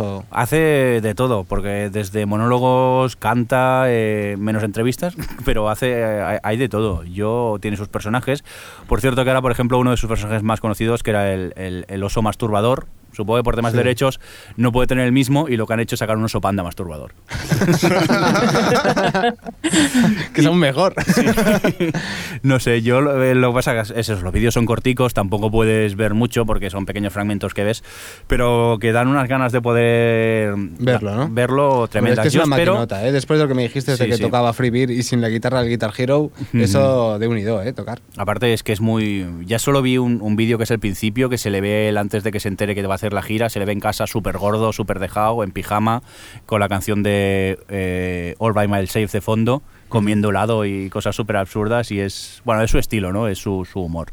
*laughs*
*laughs*
o...?
Hace de todo, porque desde monólogos, canta, eh, menos entrevistas, *laughs* pero hace hay- hay de todo. Yo tiene sus personajes. Por cierto que ahora, por ejemplo, uno de sus personajes más conocidos, que era el, el- el oso masturbador, supongo que por temas de derechos no puede tener el mismo y lo que han hecho es sacar un oso panda masturbador.
que son mejor.
No sé, yo lo, eh, lo que pasa es eso, los vídeos son corticos, tampoco puedes ver mucho porque son pequeños fragmentos que ves, pero que dan unas ganas de poder
Verlo, ¿no?
Verlo
Hombre,
tremenda.
Es que es
Yo
una
espero-
maquinota, ¿eh? Después de lo que me dijiste de
Sí,
que
sí.
tocaba Free Beer y sin la guitarra del Guitar Hero, eso de unido, ¿eh? Tocar.
Aparte es que es muy... Ya solo vi un, un vídeo que es el principio, que se le ve él antes de que se entere que va a hacer la gira, se le ve en casa súper gordo, súper dejado, en pijama, con la canción de eh, All By My Safe de fondo, comiendo helado y cosas súper absurdas y es... Bueno, es su estilo, ¿no? Es su, su humor.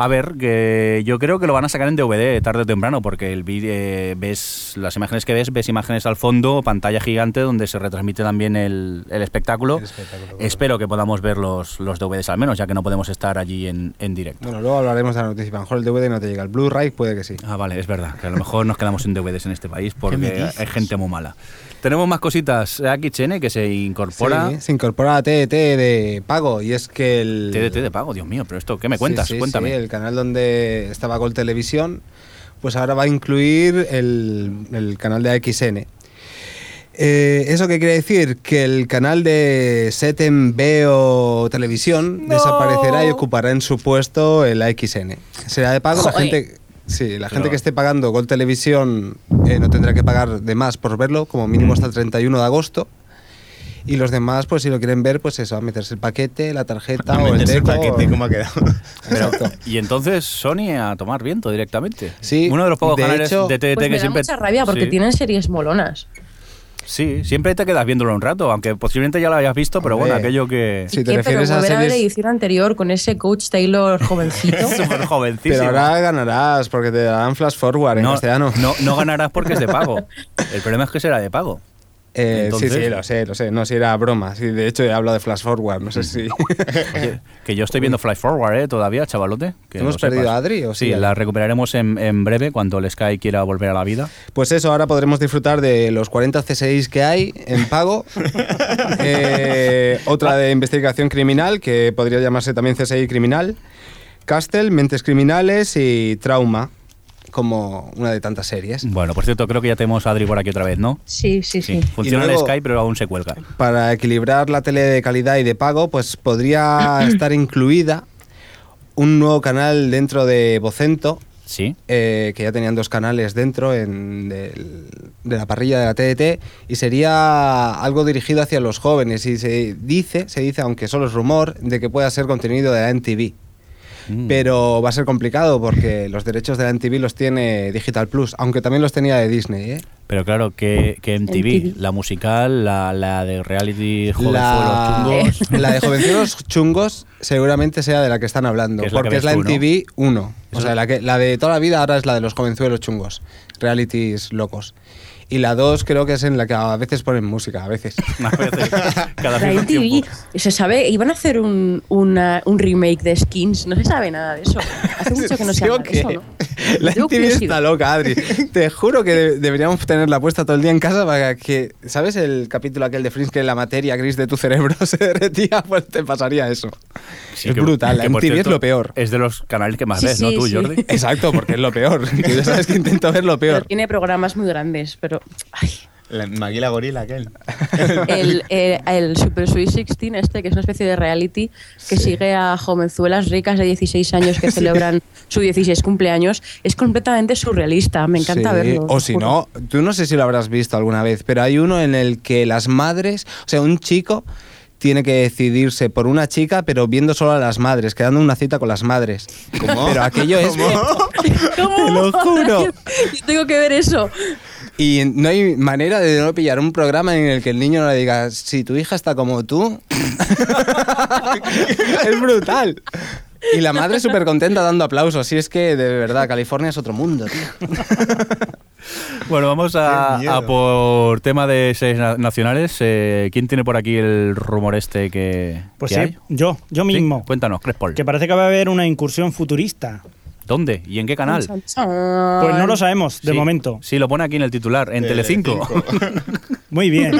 A ver, que yo creo que lo van a sacar en DVD tarde o temprano, porque el vídeo eh, ves las imágenes que ves, ves imágenes al fondo, pantalla gigante donde se retransmite también el, el espectáculo.
El espectáculo, claro.
Espero que podamos ver los, los DVDs al menos, ya que no podemos estar allí en, en directo.
Bueno, luego hablaremos de la noticia. A lo mejor el DVD no te llega. El Blu-ray puede que sí.
Ah, vale, es verdad, que a lo mejor nos quedamos sin DVDs en este país
me
porque
dices?
hay gente muy mala. Tenemos más cositas. eh, Aquí Chene que se incorpora.
Sí, se incorpora a TDT de pago y es que el...
TDT de pago, Dios mío, pero esto, ¿qué me cuentas?
Sí, sí,
Cuéntame.
sí, el canal donde estaba Gol Televisión, pues ahora va a incluir el, el canal de AXN. Eh, ¿Eso qué quiere decir? Que el canal de Setem Veo Televisión desaparecerá y ocupará en su puesto el AXN. Será de pago la
Joder.
gente... Sí, la gente
Pero-
que esté pagando Gol Televisión eh, no tendrá que pagar de más por verlo, como
Mm.
mínimo hasta el 31 de agosto. Y los demás, pues si lo quieren ver, pues eso, a meterse el paquete, la tarjeta o el
Meterse el
deco,
paquete,
o-
¿cómo
*laughs*
ha quedado?
Pero-
Exacto.
y entonces Sony a tomar viento directamente.
Sí,
Uno de los pocos
de
canales
hecho-
de TDT
Pues
que
me da
siempre.
mucha rabia porque
sí,
tienen series molonas.
Sí, siempre te quedas viéndolo un rato, aunque posiblemente ya lo hayas visto, pero
Hombre.
bueno, aquello que.
Sí. Si
¿Y
te
qué? Pero
refieres a
volver a ver la
series-
edición anterior con ese Coach
*laughs*
Taylor jovencito.
Súper jovencísimo.
Pero ahora ganarás porque te darán flash forward en
no,
castellano.
no, no ganarás porque es de pago. El problema es que será de pago.
*laughs* Eh,
Entonces-
Sí, sí, lo sé, lo sé. No, si era broma. Sí, de hecho, he hablado de flash forward. No sé si. *laughs*
Oye, que yo estoy viendo Fly Forward ¿eh? todavía, chavalote. que
¿Hemos
lo sepas.
perdido a Adri o
sí,
sigue?
la recuperaremos en, en breve cuando el Sky quiera volver a la vida.
Pues eso, ahora podremos disfrutar de los 40 CSIs que hay en
*laughs*
pago. Eh, otra de investigación criminal, que podría llamarse también CSI criminal. Castle, Mentes Criminales y Trauma, como una de tantas series.
Bueno, por cierto, creo que ya tenemos a Adri por aquí otra vez, ¿no?
sí, sí, sí.
Funciona
Y luego-
el Sky, pero aún se cuelga.
para equilibrar la tele de calidad y de pago, pues podría estar incluida un nuevo canal dentro de Vocento,
Sí.
eh, que ya tenían dos canales dentro en del- de la parrilla de la TDT, y sería algo dirigido hacia los jóvenes. Y se dice, se dice, aunque solo es rumor, de que pueda ser contenido de la MTV. Pero va a ser complicado porque los derechos de la MTV los tiene Digital Plus, aunque también los tenía de Disney, ¿eh?
Pero claro, que, que MTV,
MTV.
la musical, la, la de reality joven
la,
fue los
*laughs*
chungos. *laughs*
*laughs* la de jovenzuelos chungos seguramente sea de la que están hablando,
Que es la que
porque es la
ves tú, ¿no?
MTV 1. O sea, la, que, la de toda la vida ahora es la de los jovenzuelos chungos, realities locos. Y la 2 creo que es en la que a veces ponen música, a veces.
Una vez, cada
La
cierto
MTV,
tiempo.
se sabe, iban a hacer un, una- un remake de Skins, no se sabe nada de eso. *laughs*
*laughs*
Hace mucho que no se
*laughs* ¿Sí o
habla de eso,
qué?
¿no?
La
Tengo
MTV está
curiosidad. *laughs*
loca, Adri. Te juro que de- deberíamos tenerla puesta todo el día en casa para que, ¿sabes el capítulo aquel de Fringe que la materia gris de tu cerebro *laughs* se derretía? Pues te pasaría eso.
Sí,
es
que-
brutal, la
que, por
MTV es
cierto,
lo peor.
Es de los canales que más
Sí,
ves, ¿no
sí,
tú,
sí.
*laughs*
Jordi? *laughs*
Exacto, porque es lo
*laughs*
peor. Tú ya sabes que intento ver lo
Pero
peor.
tiene programas muy grandes, pero ay,
La Maguila Gorila, aquel.
*laughs*
el, eh, el Super Sweet 16 este, que es una especie de reality que sigue a jovenzuelas ricas de 16 años
*laughs*
que celebran su 16 cumpleaños, es completamente surrealista, me encanta
Sí,
verlo.
O si
juro.
no, tú no sé si lo habrás visto alguna vez, pero hay uno en el que las madres, o sea, un chico tiene que decidirse por una chica, pero viendo solo a las madres, quedando una cita con las madres.
¿Cómo?
Pero aquello es...
¿Cómo?
¿Cómo?
*laughs*
*laughs*
Te lo juro.
Yo tengo que ver eso.
Y no hay manera de no pillar un programa en el que el niño no le diga, si tu hija está como
*laughs*
tú, *laughs* es brutal. Y la madre súper contenta dando aplausos. Si es que, de verdad, California es otro mundo, tío.
Bueno, vamos
Qué
a,
miedo.
a por tema de series na- nacionales. Eh, ¿Quién tiene por aquí el rumor este que,
Pues
que
sí,
hay?
yo, yo
Sí,
mismo.
pues
Cuéntanos, Crespol.
Que parece que va a haber una incursión futurista.
¿Dónde y en qué canal?
Pues no lo sabemos, de
Sí,
momento.
Sí, lo pone aquí en el titular,
Eh,
en Telecinco.
Muy
*laughs*
bien,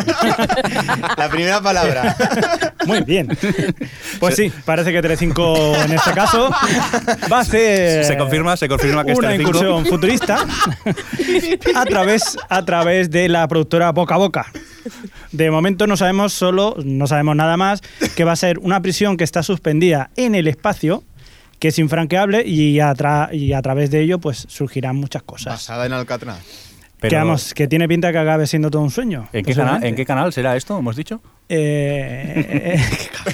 La primera palabra. *laughs*
muy bien. Pues sí, parece que Telecinco en este caso va a hacer
Se confirma, *laughs* se confirma que es
una
Telecinco.
incursión
*laughs*
futurista a través, a través de la productora Boca a Boca. De momento no sabemos solo, no sabemos nada más, que va a ser una prisión que está suspendida en el espacio, que es infranqueable y a, tra- y a través de ello pues surgirán muchas cosas.
Basada en Alcatraz.
Pero,
que vamos, que tiene pinta que acabe siendo todo un sueño.
¿en, qué canal,
posiblemente.
¿En qué canal será esto? ¿Hemos dicho?
Eh,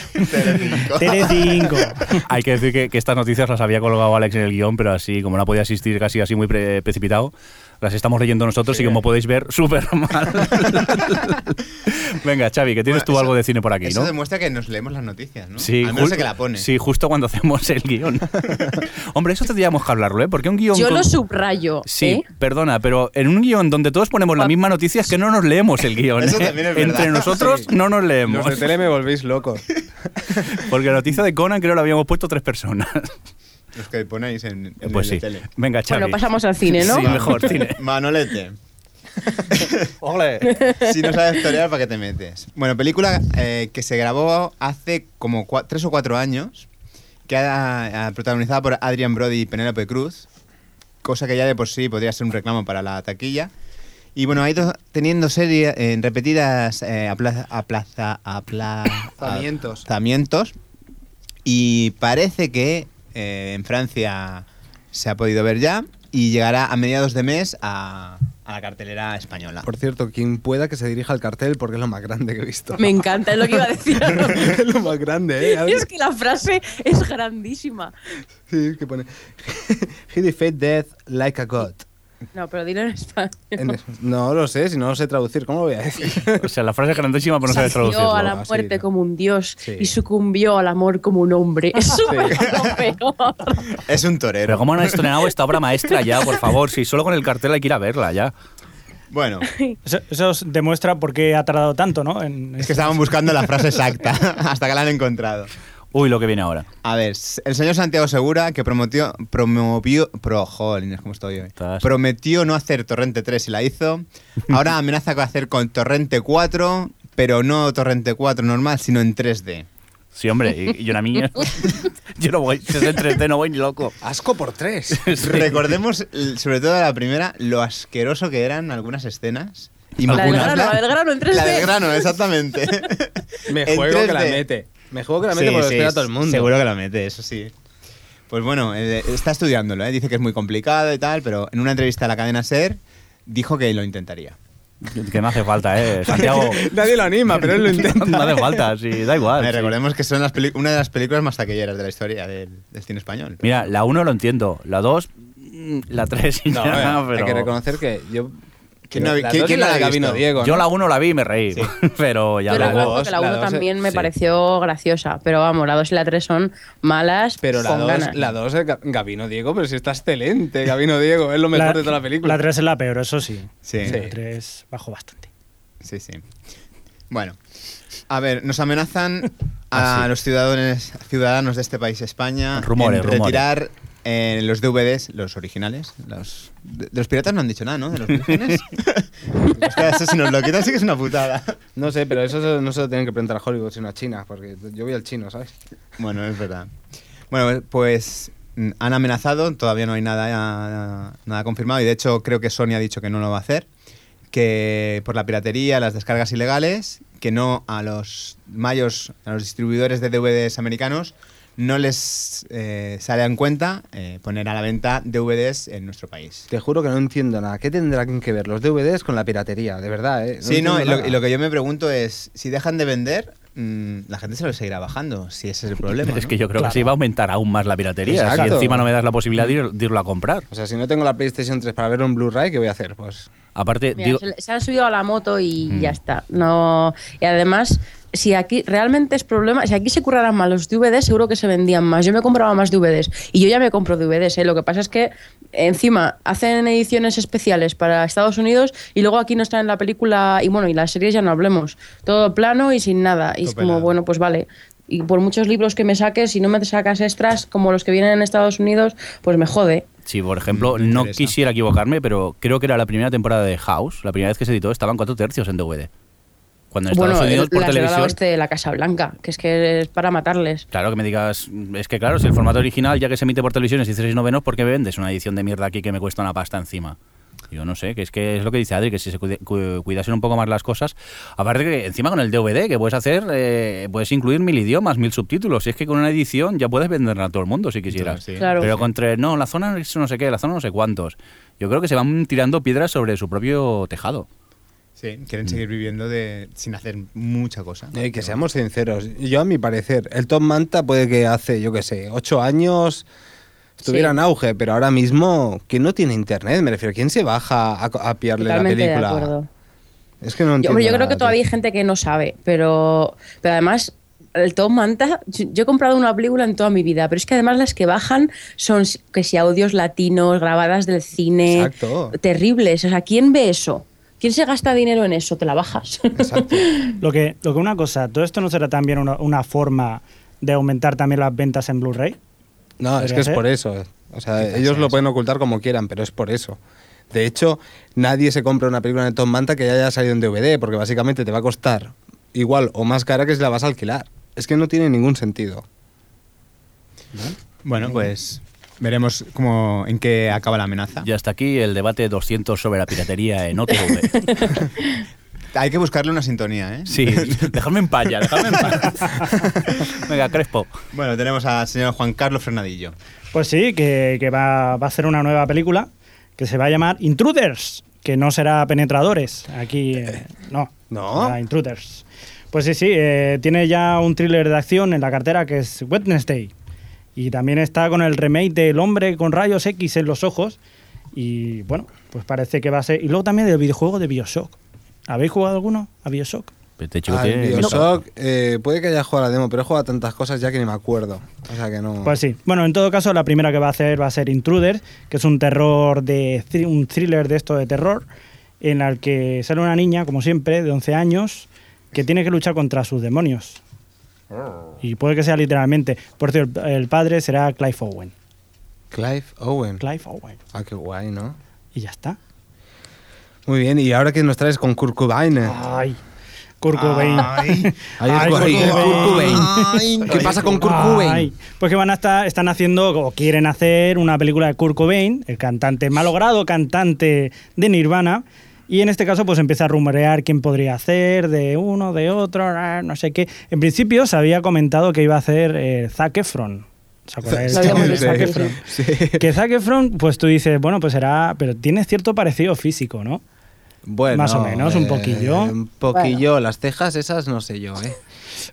*laughs*
*laughs*
Telecinco.
Hay que decir que, que estas noticias las había colgado Alex en el guión, pero así, como no podía asistir casi así muy pre- precipitado, las estamos leyendo nosotros y como podéis ver, súper
*laughs*
mal. Venga, Xavi, que tienes
Bueno,
tú
eso-
algo de cine por aquí,
Eso
¿no?
demuestra que nos leemos las noticias, ¿no?
Sí,
Al menos
ju-
sé que la pone.
Sí, justo cuando hacemos el
*laughs*
guión. Hombre, eso tendríamos que hablarlo, ¿eh? Porque un guión.
Yo
con-
lo subrayo.
Sí,
¿eh?
perdona, pero en un guión donde todos ponemos la misma noticia es que no nos leemos el guión.
Eso
¿eh?
también es verdad.
Entre nosotros
Sí.
no nos leemos.
Los de tele me volvéis locos.
Porque la noticia de Conan creo que la habíamos puesto tres personas.
*laughs* Los que ponéis en, en
pues
la
sí.
tele.
Venga, Xavi.
Bueno, pasamos al cine, ¿no?
Sí,
*laughs*
*laughs*
mejor cine.
Manolete. Si no sabes torear, ¿para qué te metes? Bueno, película eh, que se grabó hace como cua- tres o cuatro años, que ha, ha- protagonizada por Adrian Brody y Penélope Cruz, cosa que ya de por sí podría ser un reclamo para la taquilla. Y bueno, ha ido teniendo serie en repetidas eh, aplaza, aplaza, apla-
Zamientos.
aplazamientos. Y parece que eh, en Francia se ha podido ver ya y llegará a mediados de mes a, a la cartelera española.
Por cierto, quien pueda que se dirija al cartel porque es lo más grande que he visto. *laughs*
Me encanta, es lo que iba a decir. *laughs*
es lo más grande, ¿eh?
es que la frase es grandísima.
Sí, es que pone... *laughs* He defeat death like a god.
No, pero dilo en español.
En- No lo sé, si no lo sé traducir, ¿cómo lo voy a decir?
*laughs*
O sea, la frase es grandísima, pero no sabes traducirlo.
a la
así,
muerte
¿no?
como un dios
Sí.
y sucumbió al amor como un hombre. Es súper lo peor.
Es un torero.
Pero ¿cómo no han estrenado esta obra maestra ya, por favor? Si solo con el cartel hay que ir a verla ya.
Bueno,
Eso, eso os demuestra por qué ha tardado tanto, ¿no? En-
es que estaban buscando la frase exacta *laughs* hasta que la han encontrado.
Uy, lo que viene ahora.
A ver, s- el señor Santiago Segura, que prometió, promovió, pro, jolines, ¿cómo estoy hoy?
Estás-
Prometió no hacer Torrente 3 y la hizo. Ahora amenaza con hacer con Torrente 4, pero no Torrente 4 normal, sino en 3D.
Sí, hombre, y, y una mía. *laughs* Yo no voy, si es en 3D no voy ni loco.
Asco por tres.
Recordemos, l- sobre todo la primera, lo asqueroso que eran algunas escenas. Y
La del
algunas-
grano, la del grano en 3D.
La del grano, exactamente.
*laughs*
Me
En
juego que la
3D.
mete. Me juego que la mete
Sí,
porque lo
sí,
espera todo el mundo.
Seguro que la mete, eso sí. Pues bueno, eh, está estudiándolo, ¿eh? dice que es muy complicado y tal, pero en una entrevista a la cadena Ser dijo que lo intentaría.
Que no hace falta, ¿eh? Santiago.
*laughs* Nadie lo anima, pero él *laughs*
*laughs*
lo intenta.
No hace falta, sí, da
A
Ah,
igual.
ver,
sí.
recordemos que son las peli- una de las películas más taquilleras de la historia del, del cine español.
Mira, la 1 lo entiendo, la 2, mm, la 3 y
*laughs*
*laughs*
No,
ya,
eh,
pero...
Hay que reconocer que yo
¿Quién no ha-
Las
quién-
dos
quién
y
no la
de
ha
Gabino
visto?
Diego.
Yo
¿no?
la 1 la vi y me reí, *laughs* pero ya
Yo
la
reconozco
dos,
que la
la
1
dos,
también me
sí.
pareció graciosa, pero vamos, la 2 y la 3 son malas
Pero la
con
dos-
ganas.
la 2 es Ga- Gabino Diego, pero si está excelente, Gabino Diego, es lo mejor de toda la película.
La 3 es la peor, eso sí.
Sí.
La
Sí.
3 bajó bastante.
Sí, sí. Bueno, a ver,
*laughs*
nos amenazan
Ah,
a los ciudadanos, ciudadanos de este país, España,
Rumores,
en
rumores.
retirar eh, los DVDs, los originales. Los, de, de los piratas no han dicho nada, ¿no? De
*laughs*
los vírgenes. *laughs* Hostia, eso si nos lo quitan sí que es una putada.
No sé, pero eso se- no se lo tienen que preguntar a Hollywood, sino a China, porque yo voy al chino, ¿sabes?
Bueno, es verdad. Bueno, pues mm, han amenazado, todavía no hay nada, eh, nada confirmado y de hecho creo que Sony ha dicho que no lo va a hacer, que por la piratería, las descargas ilegales, que no a los mayos, a los distribuidores de DVDs americanos, no les eh, sale en cuenta eh, poner a la venta DVDs en nuestro país.
Te juro que no entiendo nada. ¿Qué tendrán que ver los DVDs con la piratería? De verdad, ¿eh?
Sí, no, y
entiendo
lo,
nada.
y lo que yo me pregunto es, si dejan de vender, mm, la gente se los seguirá bajando, si ese es el problema.
*laughs* Es
¿no?
que yo creo que se va a aumentar aún más la piratería. Si
Exacto.
encima no me das la posibilidad de, ir- de irlo a comprar.
O sea, si no tengo la PlayStation 3 para ver un Blu-ray, ¿qué voy a hacer? Pues
Aparte,
Mira,
digo, Mm.
se, le- se han subido a la moto y ya está. No, y además, si aquí realmente es problema, si aquí se curraran más los DVDs, seguro que se vendían más. Yo me compraba más DVDs y yo ya me compro DVDs. ¿eh? Lo que pasa es que encima hacen ediciones especiales para Estados Unidos y luego aquí no está en la película y bueno, y las series ya no hablemos. Todo plano y sin nada. Y es
Todo
como,
pelado.
bueno, pues vale. Y por muchos libros que me saques, si no me sacas extras como los que vienen en Estados Unidos, pues me jode.
si por ejemplo,
me
no
Mm, interesa.
quisiera equivocarme, pero creo que era la primera temporada de House, la primera vez que se editó, estaban cuatro tercios en DVD. Cuando en Estados
bueno,
Unidos
el-
por
la llegada
televisión.
oeste de la Casa Blanca, que es que es para matarles.
Claro que me digas, es que claro, si el formato original ya que se emite por televisión es 16 novenos, ¿por qué me vendes una edición de mierda aquí que me cuesta una pasta encima? Yo no sé, que es que es lo que dice Adri, que si se cuide- cu- cuidasen un poco más las cosas. Aparte que encima con el DVD, que puedes hacer, eh, puedes incluir mil idiomas, mil subtítulos. Y es que con una edición ya puedes venderla a todo el mundo si quisieras.
Sí.
Claro.
Pero contra, no, la zona es no sé qué, la zona no sé cuántos. Yo creo que se van tirando piedras sobre su propio tejado.
Sí, quieren seguir viviendo de, sin hacer mucha cosa.
Mm. Eh, que seamos sinceros, yo a mi parecer, el Top Manta puede que hace, yo qué sé, ocho años estuviera
Sí.
en auge, pero ahora mismo, ¿quién no tiene internet? Me refiero, ¿quién se baja a, co- a pillarle
Totalmente de
la
acuerdo.
película? Es que no
Yo,
entiendo.
hombre, yo creo
nada,
que
tío.
todavía *laughs* hay gente que no sabe, pero, pero además el Tom Manta, yo yo he comprado una película en toda mi vida, pero es que además las que bajan son s- que si audios latinos, grabadas del cine,
Exacto.
terribles. O sea, ¿quién ve eso? ¿Quién se gasta dinero en eso? Te la
*laughs*
bajas.
Exacto.
Lo que, lo que una cosa, ¿todo esto no será también una, una forma de aumentar también las ventas en Blu-ray?
No, es que es
ser?
por eso. O sea, ellos lo pueden ocultar como quieran, pero es por eso. De hecho, nadie se compra una película en Tom Manta que ya haya salido en DVD, porque básicamente te va a costar igual o más cara que si la vas a alquilar. Es que no tiene ningún sentido. Mm.
Bueno, pues veremos cómo, en qué acaba la amenaza.
Y hasta aquí el debate 200 sobre la piratería en OTV.
Hay que buscarle una sintonía, ¿eh?
*laughs* Sí, dejadme en paz ya, dejadme en paz. *laughs* Venga, Crespo.
Bueno, tenemos al señor Juan Carlos Fernadillo.
Pues sí, que, que va, va a ser una nueva película que se va a llamar Intruders, que no será Penetradores, aquí eh, no,
No.
será Intruders. Pues sí, sí, eh, tiene ya un thriller de acción en la cartera que es Wednesday. Y también está con el remake de El hombre con rayos X en los ojos. Y bueno, pues parece que va a ser... Y luego también del videojuego de Bioshock. ¿Habéis jugado alguno a Bioshock?
Vete, chico,
Al
que-
Ah, Bioshock, eh, puede que haya jugado a la demo, pero he jugado a tantas cosas ya que ni me acuerdo. O sea que no.
Pues sí. Bueno, en todo caso, la primera que va a hacer va a ser Intruder, que es un terror de thri- un thriller de esto de terror, en el que sale una niña, como siempre, de 11 años, que tiene que luchar contra sus demonios. Y puede que sea literalmente. Por cierto, el, el padre será Clive Owen.
Clive Owen.
Clive Owen.
Ah, qué guay, ¿no?
Y ya está.
Muy bien, y ahora que nos traes con Kurt Cobain.
Ay. Kurt Cobain.
Eh. Ay,
Ay,
Kurt Cobain.
Kurt Cobain.
Ay, ¿Qué pasa con Kurt
Ay,
Cobain?
pues que van a estar, están haciendo o quieren hacer una película de Kurt Cobain, el cantante malogrado cantante de Nirvana. Y en este caso, pues empieza a rumorear quién podría hacer de uno, de otro, ah, no sé qué. En principio se había comentado que iba a hacer eh, Zac Efron. ¿Os acordáis *laughs*
Lo
Este
habíamos
de
visto,
Zac
sí,
Efron? Que Zac Efron, pues tú dices, bueno, pues será, pero tiene cierto parecido físico, ¿no?
Bueno,
Más o menos, un poquillo.
Un poquillo. Las cejas esas no sé yo, ¿eh?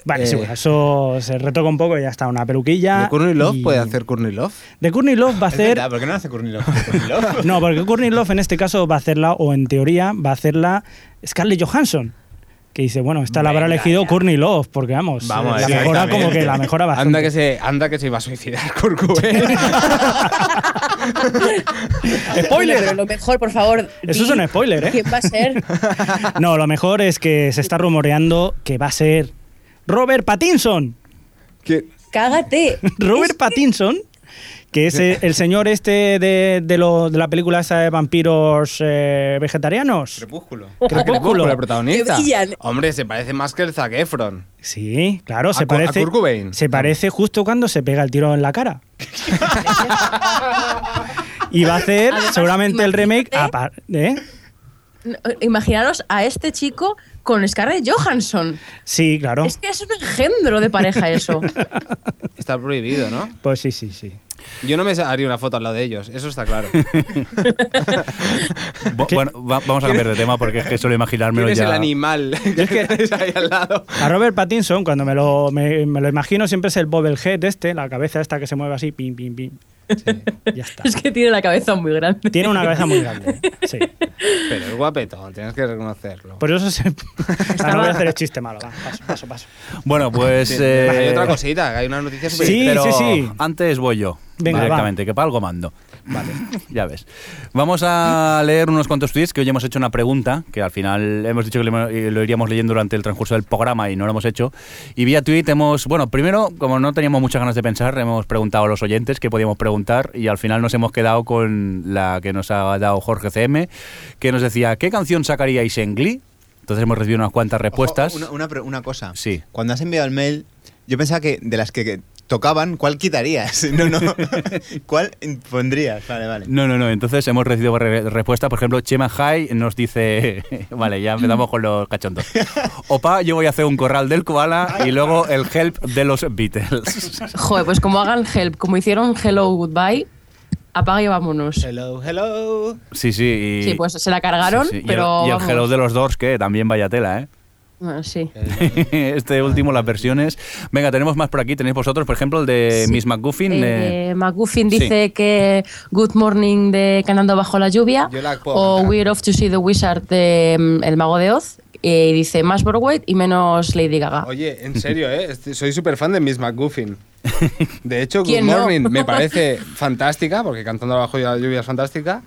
Vale,
Eh,
sí, bueno, eso se retoca un poco y ya está. Una peluquilla.
¿De Courtney Love
y-
puede hacer Courtney Love?
De Courtney Love va a
Es
hacer.
verdad, ¿Por qué no hace Courtney Love? Courtney
*laughs*
Love.
No, porque Courtney Love en este caso va a hacerla, o en teoría va a hacerla Scarlett Johansson. Que dice, bueno, esta la habrá
Venga,
elegido
ya.
Courtney Love, porque vamos,
Vamos,
eh, la
sí,
mejora
también.
como que la mejora bastante.
*laughs* Anda que, se, anda que se iba a suicidar *laughs* ¿eh? Kurt Cobain.
*laughs*
Bueno, Pero lo mejor, por favor.
Eso
di
es un spoiler, ¿eh?
*laughs* ¿Quién va a ser?
No, lo mejor es que se está rumoreando que va a ser Robert Pattinson. *laughs*
Que-
Cágate.
Robert Pattinson, que es eh, el señor este de, de lo- de la película esa de vampiros eh, vegetarianos.
Crepúsculo.
Crepúsculo.
el protagonista.
Que brillan.
Hombre, se parece más que el Zac Efron.
Sí, claro,
A
se
Cu- a
parece.
Kurt Cobain.
Se parece justo cuando se pega el tiro en la cara. y va a hacer
Además,
seguramente el remake.
imagínate-
apar- ¿eh?
No, Imaginaros a este chico con Scarlett Johansson.
Sí, claro.
Es que es un engendro de pareja
*laughs*
eso.
Está prohibido, ¿no?
Pues sí, sí, sí.
Yo no me haría una foto al lado de ellos, eso está
*laughs*
claro.
Bu- Bueno, va- vamos a cambiar de tema porque es que solo imaginármelo
¿Quién es
ya.
el animal *laughs* que tenéis ahí al lado?
A Robert Pattinson, cuando me lo, me, me lo imagino, siempre es el bobblehead este, la cabeza esta que se mueve así, pim, pim, pim. Ya está.
es que tiene la cabeza muy grande.
Tiene una cabeza muy grande. Sí.
Pero es guapetón, tienes que reconocerlo.
Por eso se. Ah, no voy a hacer el chiste malo. va, paso, paso, paso.
Bueno, pues. eh,
Hay otra cosita, hay una noticia súper
Sí,
pero
sí, sí.
Antes voy yo.
Venga,
directamente, que para algo mando. Vale, ya ves. Vamos a leer unos cuantos tweets que hoy hemos hecho una pregunta, que al final hemos dicho que le- lo iríamos leyendo durante el transcurso del programa y no lo hemos hecho. Y vía tweet hemos, bueno, primero, como no teníamos muchas ganas de pensar, hemos preguntado a los oyentes qué podíamos preguntar y al final nos hemos quedado con la que nos ha dado Jorge CM, que nos decía, ¿qué canción sacaríais en Glee? Entonces hemos recibido unas cuantas respuestas.
Ojo, Una, una pre- una cosa.
Sí.
Cuando has enviado el mail, yo pensaba que de las que, que tocaban, ¿cuál quitarías? *laughs* No, no. ¿Cuál pondrías? Vale, vale.
No, no, no. Entonces hemos recibido re- respuesta. Por ejemplo, Chema High nos dice. *laughs* Vale, ya empezamos con los cachondos. Opa, yo voy a hacer un corral del koala y luego el help de los Beatles. *laughs*
Joder, pues como hagan help, como hicieron Hello Goodbye, apaga y vámonos.
Hello, hello.
Sí, sí. y-
Sí, pues se la cargaron,
Sí, sí. Y el-
pero.
Y el,
vamos.
hello de los Doors, que también vaya tela, ¿eh?
Bueno, sí.
*laughs* este último, las versiones. Venga, tenemos más por aquí. Tenéis vosotros, por ejemplo, el de
Sí.
Miss McGuffin. eh,
Eh, McGuffin
sí.
dice que Good Morning de Cantando Bajo la Lluvia
Yo la puedo
o
cantar.
We're Off to See the Wizard de mm, El Mago de Oz. eh, Y dice más Broadway y menos Lady Gaga.
Oye,
*laughs*
en serio, ¿eh? Este- soy súper fan de Miss McGuffin. De hecho,
*laughs*
Good
¿Quién no?
Morning me parece fantástica, porque cantando bajo la lluvia es fantástica.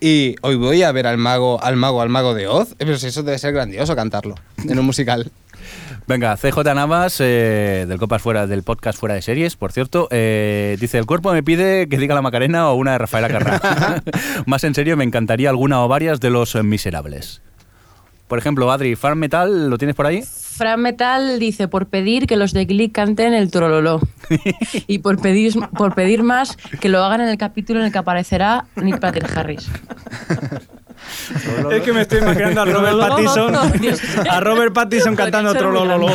Y hoy voy a ver al mago, al mago, al mago de Oz. Eh, Pero si eso debe ser grandioso cantarlo en un musical. *laughs*
Venga, CJ Navas, eh, del Copas Fuera, del podcast Fuera de Series, por cierto, eh, dice, el cuerpo me pide que diga la Macarena o una de Rafaela Carrà. Más en serio, me encantaría alguna o varias de los eh, miserables. Por ejemplo, Adri, Farm Metal, ¿lo tienes por ahí?
Fran Metal dice por pedir que los de Glee canten
*laughs*
el trololó y por pedir, por pedir más que lo hagan en el capítulo en el que aparecerá Nick Patrick Harris.
Es que me estoy imaginando a Robert Pattinson, a Robert
*laughs*
Pattinson cantando otro lolo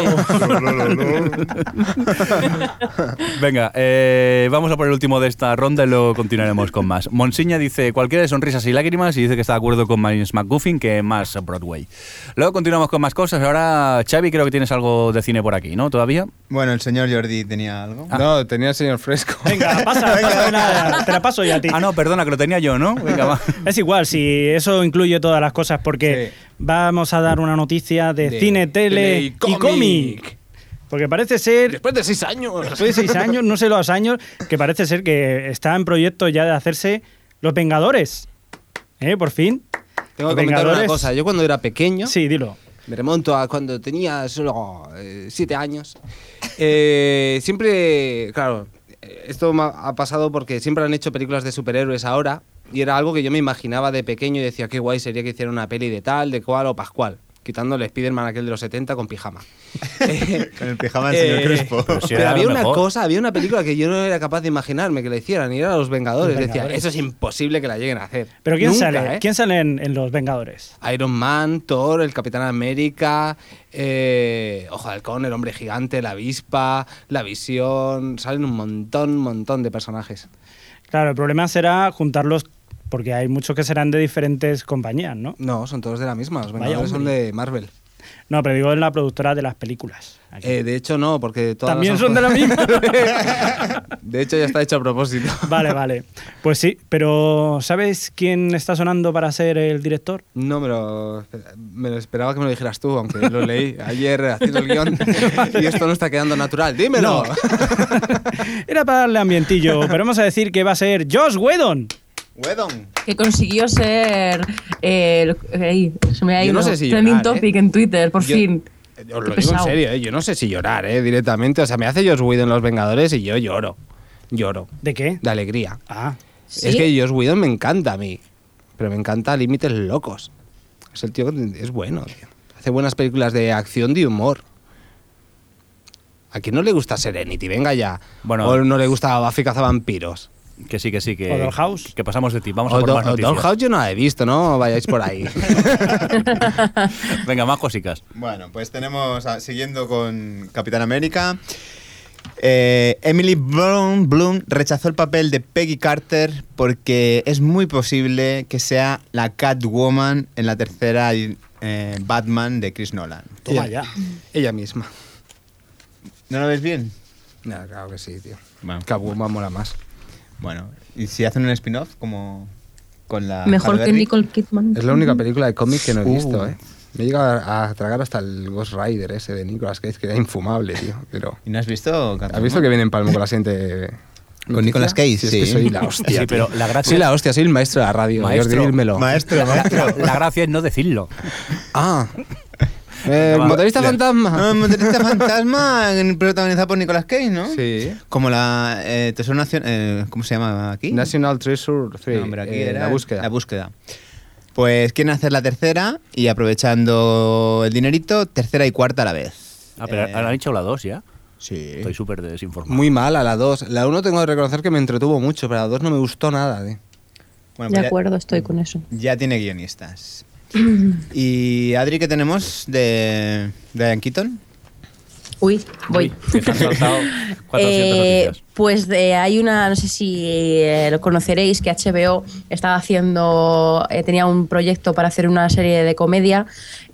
Venga, eh, vamos a por el último de esta ronda y luego continuaremos con más. Monsiña dice cualquiera de sonrisas y lágrimas y dice que está de acuerdo con Miles McGuffin que más Broadway. Luego continuamos con más cosas. Ahora, Xavi, creo que tienes algo de cine por aquí, ¿no? ¿Todavía?
*laughs* Bueno, el señor Jordi tenía algo.
No, tenía el señor fresco.
Venga, pasa, venga, venga, te la paso yo a ti.
Ah, no, perdona, que lo tenía yo, ¿no? Venga, va.
Es igual, si eso incluye todas las cosas, porque vamos a dar una noticia de,
De
cine, tele
tele y
y
cómic.
cómic. Porque parece ser,
Después de seis años.
después de seis años, no sé los años, que parece ser que está en proyecto ya de hacerse Los Vengadores. ¿Eh? Por fin.
Tengo
Los
que comentar una
Vengadores-
cosa. Yo cuando era pequeño,
Sí, dilo.
me remonto a cuando tenía solo eh, siete años, eh, siempre, claro, eh, esto me ha ha pasado porque siempre han hecho películas de superhéroes ahora y era algo que yo me imaginaba de pequeño y decía qué guay sería que hicieran una peli de tal, de cual o pascual, quitándole Spider-Man aquel de los 70 con
*laughs*
pijama.
Con el pijama del señor
Eh,
Crespo. *laughs*
pero sí.
Pero
era lo
había una
mejor.
cosa, había una película que yo no era capaz de imaginarme que la hicieran y era Los Vengadores.
Los
Decía,
Vengadores.
eso es imposible que la lleguen a hacer.
Pero ¿quién
Nunca,
sale?
¿eh?
¿Quién sale en, en Los Vengadores?
Iron Man, Thor, el Capitán América, eh, Ojo de Halcón, el Hombre Gigante, la Avispa, la Visión. Salen un montón, montón de personajes.
Claro, el problema será juntarlos porque hay muchos que serán de diferentes compañías, ¿no?
No, son todos de la misma. Los
Vaya
Vengadores son
hombre.
de Marvel.
No, pero digo en la productora de las películas. Aquí.
Eh, de hecho, no, porque todas
También
las
son de la misma.
*laughs* De hecho, ya está hecho a propósito.
vale, vale. Pues sí, pero ¿sabes quién está sonando para ser el director?
No, me lo, me lo esperaba que me lo dijeras tú, aunque lo leí ayer haciendo
*laughs*
el guión y esto no está quedando natural. ¡Dímelo!
Era para darle
*laughs*
ambientillo, pero vamos a decir que va a ser Josh Whedon.
Wedon.
Que consiguió ser. eh, el- ey, se me ha
Yo
ido.
no sé si
Trending
llorar, ¿eh?
topic en Twitter, por
Yo-
fin. Qué
Os lo digo en
pesado.
serio, ¿eh? yo no sé si llorar ¿eh? directamente. O sea, me hace Josh Whedon Los Vengadores y yo lloro. Lloro.
¿De qué?
De alegría.
Ah,
Sí.
Es que Josh Whedon me encanta a mí. Pero me encanta a límites locos. Es el tío que es bueno, tío. Hace buenas películas de acción de humor. ¿A quién no le gusta Serenity? Venga ya.
Bueno.
o no le gusta Buffy Cazavampiros.
*laughs* Que sí, que sí, que.
O Dollhouse.
Que pasamos de ti. Vamos a
o
por
Do-
más
o
noticias.
Dollhouse yo no la he visto, ¿no? Vayáis
*laughs*
por ahí.
Venga, más cositas.
Bueno, pues tenemos, ah, siguiendo con Capitán América, eh, Emily Bloom, Bloom rechazó el papel de Peggy Carter porque es muy posible que sea la Catwoman en la tercera eh, Batman de Chris Nolan.
toma
Ella-
ya.
Ella misma.
¿No lo ves bien?
No, claro que sí, tío.
Bueno.
Catwoman mola más.
Bueno, ¿y si hacen un spin-off como con la...
Mejor
Halle
que
Berry?
Nicole Kidman.
Es la única película de cómic que no he
Uh.
visto, ¿eh? Me he llegado a, a tragar hasta el Ghost Rider ese de Nicolas Cage, que era infumable, tío. Pero,
¿Y no has visto
¿Has visto que viene en palmo con la siguiente... noticia?
Nicolas Cage,
Si es que
sí.
soy la hostia.
Sí, pero
tío.
la gracia-
Soy la hostia, soy el maestro de la radio.
Maestro.
Maestro. Dímelo. *laughs*
Maestro, maestro.
La gracia es no decirlo.
*laughs*
ah. Eh,
Va,
motorista fantasma.
Ah, No, Motorista Fantasma, *laughs* protagonizada por Nicolas Cage, ¿no?
Sí.
Como la eh, Tesoro Nacional. ¿Cómo se llama aquí?
National Treasure 3.
No, hombre, aquí
eh,
era
la búsqueda.
La búsqueda. Pues quieren hacer la tercera y aprovechando el dinerito, tercera y cuarta a la vez.
Ah, pero
Eh,
ahora han hecho la dos ya.
Sí.
Estoy súper desinformado.
Muy mala la 2. La 1 tengo que reconocer que me entretuvo mucho, pero la 2 no me gustó nada. tío.
Bueno, pues
De
ya-
acuerdo, estoy con eso.
Ya tiene guionistas. y Adri, ¿qué tenemos de, de Ian Keaton?
Uy, voy.
Uy, que te han
*laughs*
saltado 400
Eh,
noticias.
pues de- hay una, no sé si eh, lo conoceréis, que HBO estaba haciendo, eh, tenía un proyecto para hacer una serie de comedia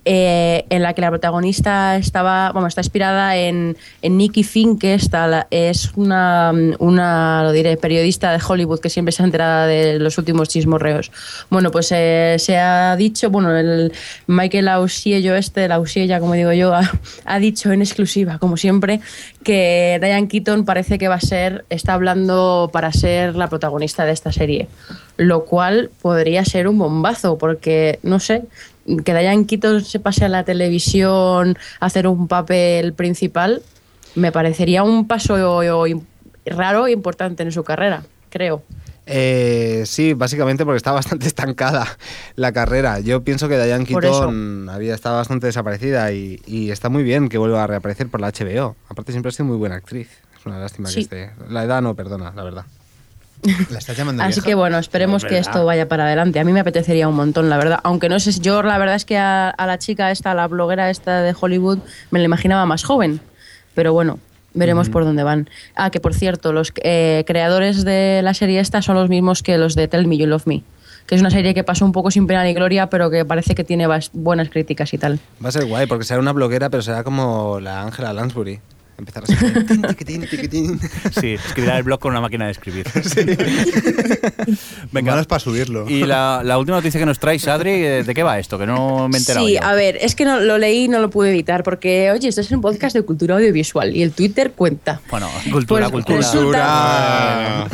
eh, en la que la protagonista estaba, bueno, está inspirada en, en Nikki Finn, que está la- es una, una, lo diré, periodista de Hollywood que siempre se ha enterado de los últimos chismorreos. Bueno, pues eh, se ha dicho, bueno, el Michael Ausiello este, la Ausiella, como digo yo, *laughs* ha, ha dicho en exclusiva, como siempre, que Diane Keaton parece que va a ser, está hablando para ser la protagonista de esta serie, lo cual podría ser un bombazo, porque, no sé, que Diane Keaton se pase a la televisión a hacer un papel principal, me parecería un paso im- raro e importante en su carrera, creo.
Eh, sí, básicamente porque está bastante *laughs* estancada la carrera. Yo pienso que Diane
Por
Keaton había estado bastante desaparecida y, y está muy bien que vuelva a reaparecer por la HBO. Aparte siempre ha sido muy buena actriz. Es una lástima
Sí.
que esté. La edad no perdona, la verdad.
¿La estás llamando
Así
vieja?
que bueno, esperemos
No,
que
¿verdad?
esto vaya para adelante. A mí me apetecería un montón, la verdad. Aunque no sé, si- yo la verdad es que a, a la chica esta, a la bloguera esta de Hollywood, me la imaginaba más joven. Pero bueno, veremos por dónde van. Ah, que por cierto, los eh, creadores de la serie esta son los mismos que los de Tell Me You Love Me. Que es una serie que pasó un poco sin pena ni gloria, pero que parece que tiene bas- buenas críticas y tal.
Va a ser guay porque será una bloguera, pero será como la Ángela Lansbury.
*laughs*
Empezar así. tin, tiquitín, tiquitín.
Sí, escribirá el blog con una máquina de *laughs* escribir. Venga,
Manos para subirlo.
y la, la última noticia que nos traes, Adri, eh, ¿de qué va esto? Que no me he enterado.
Sí,
yo.
a ver, es que no, lo leí y no lo pude evitar, porque oye, esto es un podcast de cultura audiovisual y el Twitter cuenta.
Bueno, cultura,
Pues
cultura.
resulta-
Ah.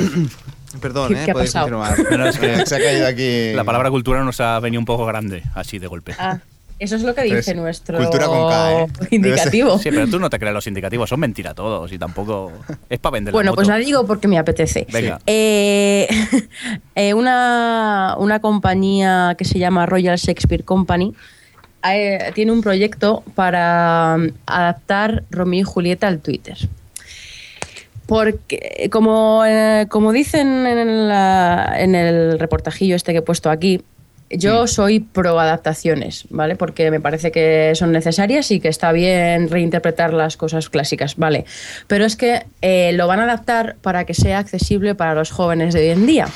Perdón,
¿Qué-
¿eh?
qué ha
podéis
pasado?
continuar.
No, no, es que
*laughs*
Eh, se ha caído aquí.
la palabra cultura nos ha venido un poco grande, así de golpe.
Ah, eso es lo que dice
Entonces,
nuestro
cultura con K, ¿eh?
*laughs* indicativo.
Sí, pero tú no te creas los indicativos, son mentira todos y tampoco. Es para vender la
Bueno,
moto.
pues la digo porque me apetece.
Venga.
Eh, *laughs* eh, una, una compañía que se llama Royal Shakespeare Company eh, tiene un proyecto para mm, adaptar Romeo y Julieta al Twitter. Porque, como, eh, como dicen en, la- en el reportajillo este que he puesto aquí, yo soy pro adaptaciones, ¿vale? Porque me parece que son necesarias y que está bien reinterpretar las cosas clásicas, ¿vale? Pero es que eh, lo van a adaptar para que sea accesible para los jóvenes de hoy en día.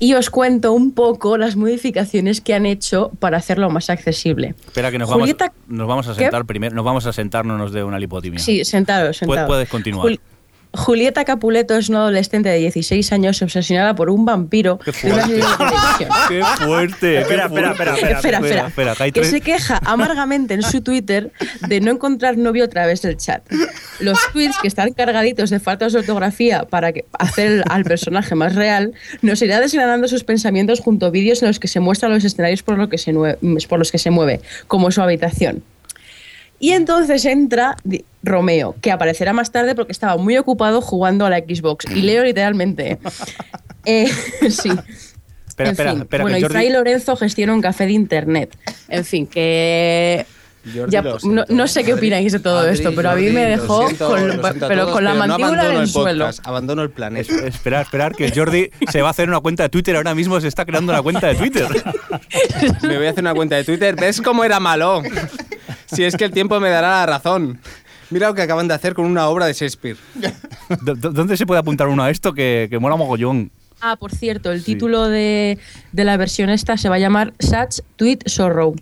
y os cuento un poco las modificaciones que han hecho para hacerlo más accesible.
Espera que nos
Julieta-
vamos nos vamos a
¿Qué?
sentar primero, nos vamos a sentar, no nos dé una lipotimia.
Sí, sentados,
Pu-
sentados.
puedes continuar.
Julieta Capuleto es una adolescente de 16 años obsesionada por un vampiro
Qué
de una
fuerte.
serie de televisión.
¡Qué
*laughs*
fuerte!
Espera,
qué
espera,
fuerte.
espera,
espera, espera,
que hay
que
tres-
se queja amargamente en su Twitter de no encontrar novio a través del chat. Los tweets que están cargaditos de faltas de ortografía para que- hacer el- al personaje más real nos irá desgranando sus pensamientos junto a vídeos en los que se muestran los escenarios por, lo que se nue- por los que se mueve, como su habitación. Y entonces entra di- Romeo, que aparecerá más tarde porque estaba muy ocupado jugando a la Xbox. Y leo literalmente. Eh, *laughs* sí.
Espera,
En
espera,
fin,
espera,
bueno,
que Jordi-
Israel Lorenzo gestiona un café de internet. En fin, que.
Jordi,
ya,
lo siento.
no, no sé qué
Adri-
opináis de todo
Adri,
esto, pero a mí
Jordi,
me
lo
dejó
siento,
con,
lo siento a
pero
todos,
con la
pero no
mandíbula
abandono
en el
el
suelo.
podcast, abandono el planeta.
Esperar, esperar, que Jordi se va a hacer una cuenta de Twitter ahora mismo, se está creando una cuenta de *laughs* Twitter.
Me voy a hacer una cuenta de Twitter. ¿Ves cómo era *laughs* malo? Si es que el tiempo me dará la razón. Mira lo que acaban de hacer con una obra de Shakespeare. *laughs*
¿Dó- dó- ¿Dónde se puede apuntar uno a esto que, que mola mogollón?
Ah, por cierto, el título de, de la versión esta se va a llamar Such Tweet Sorrow.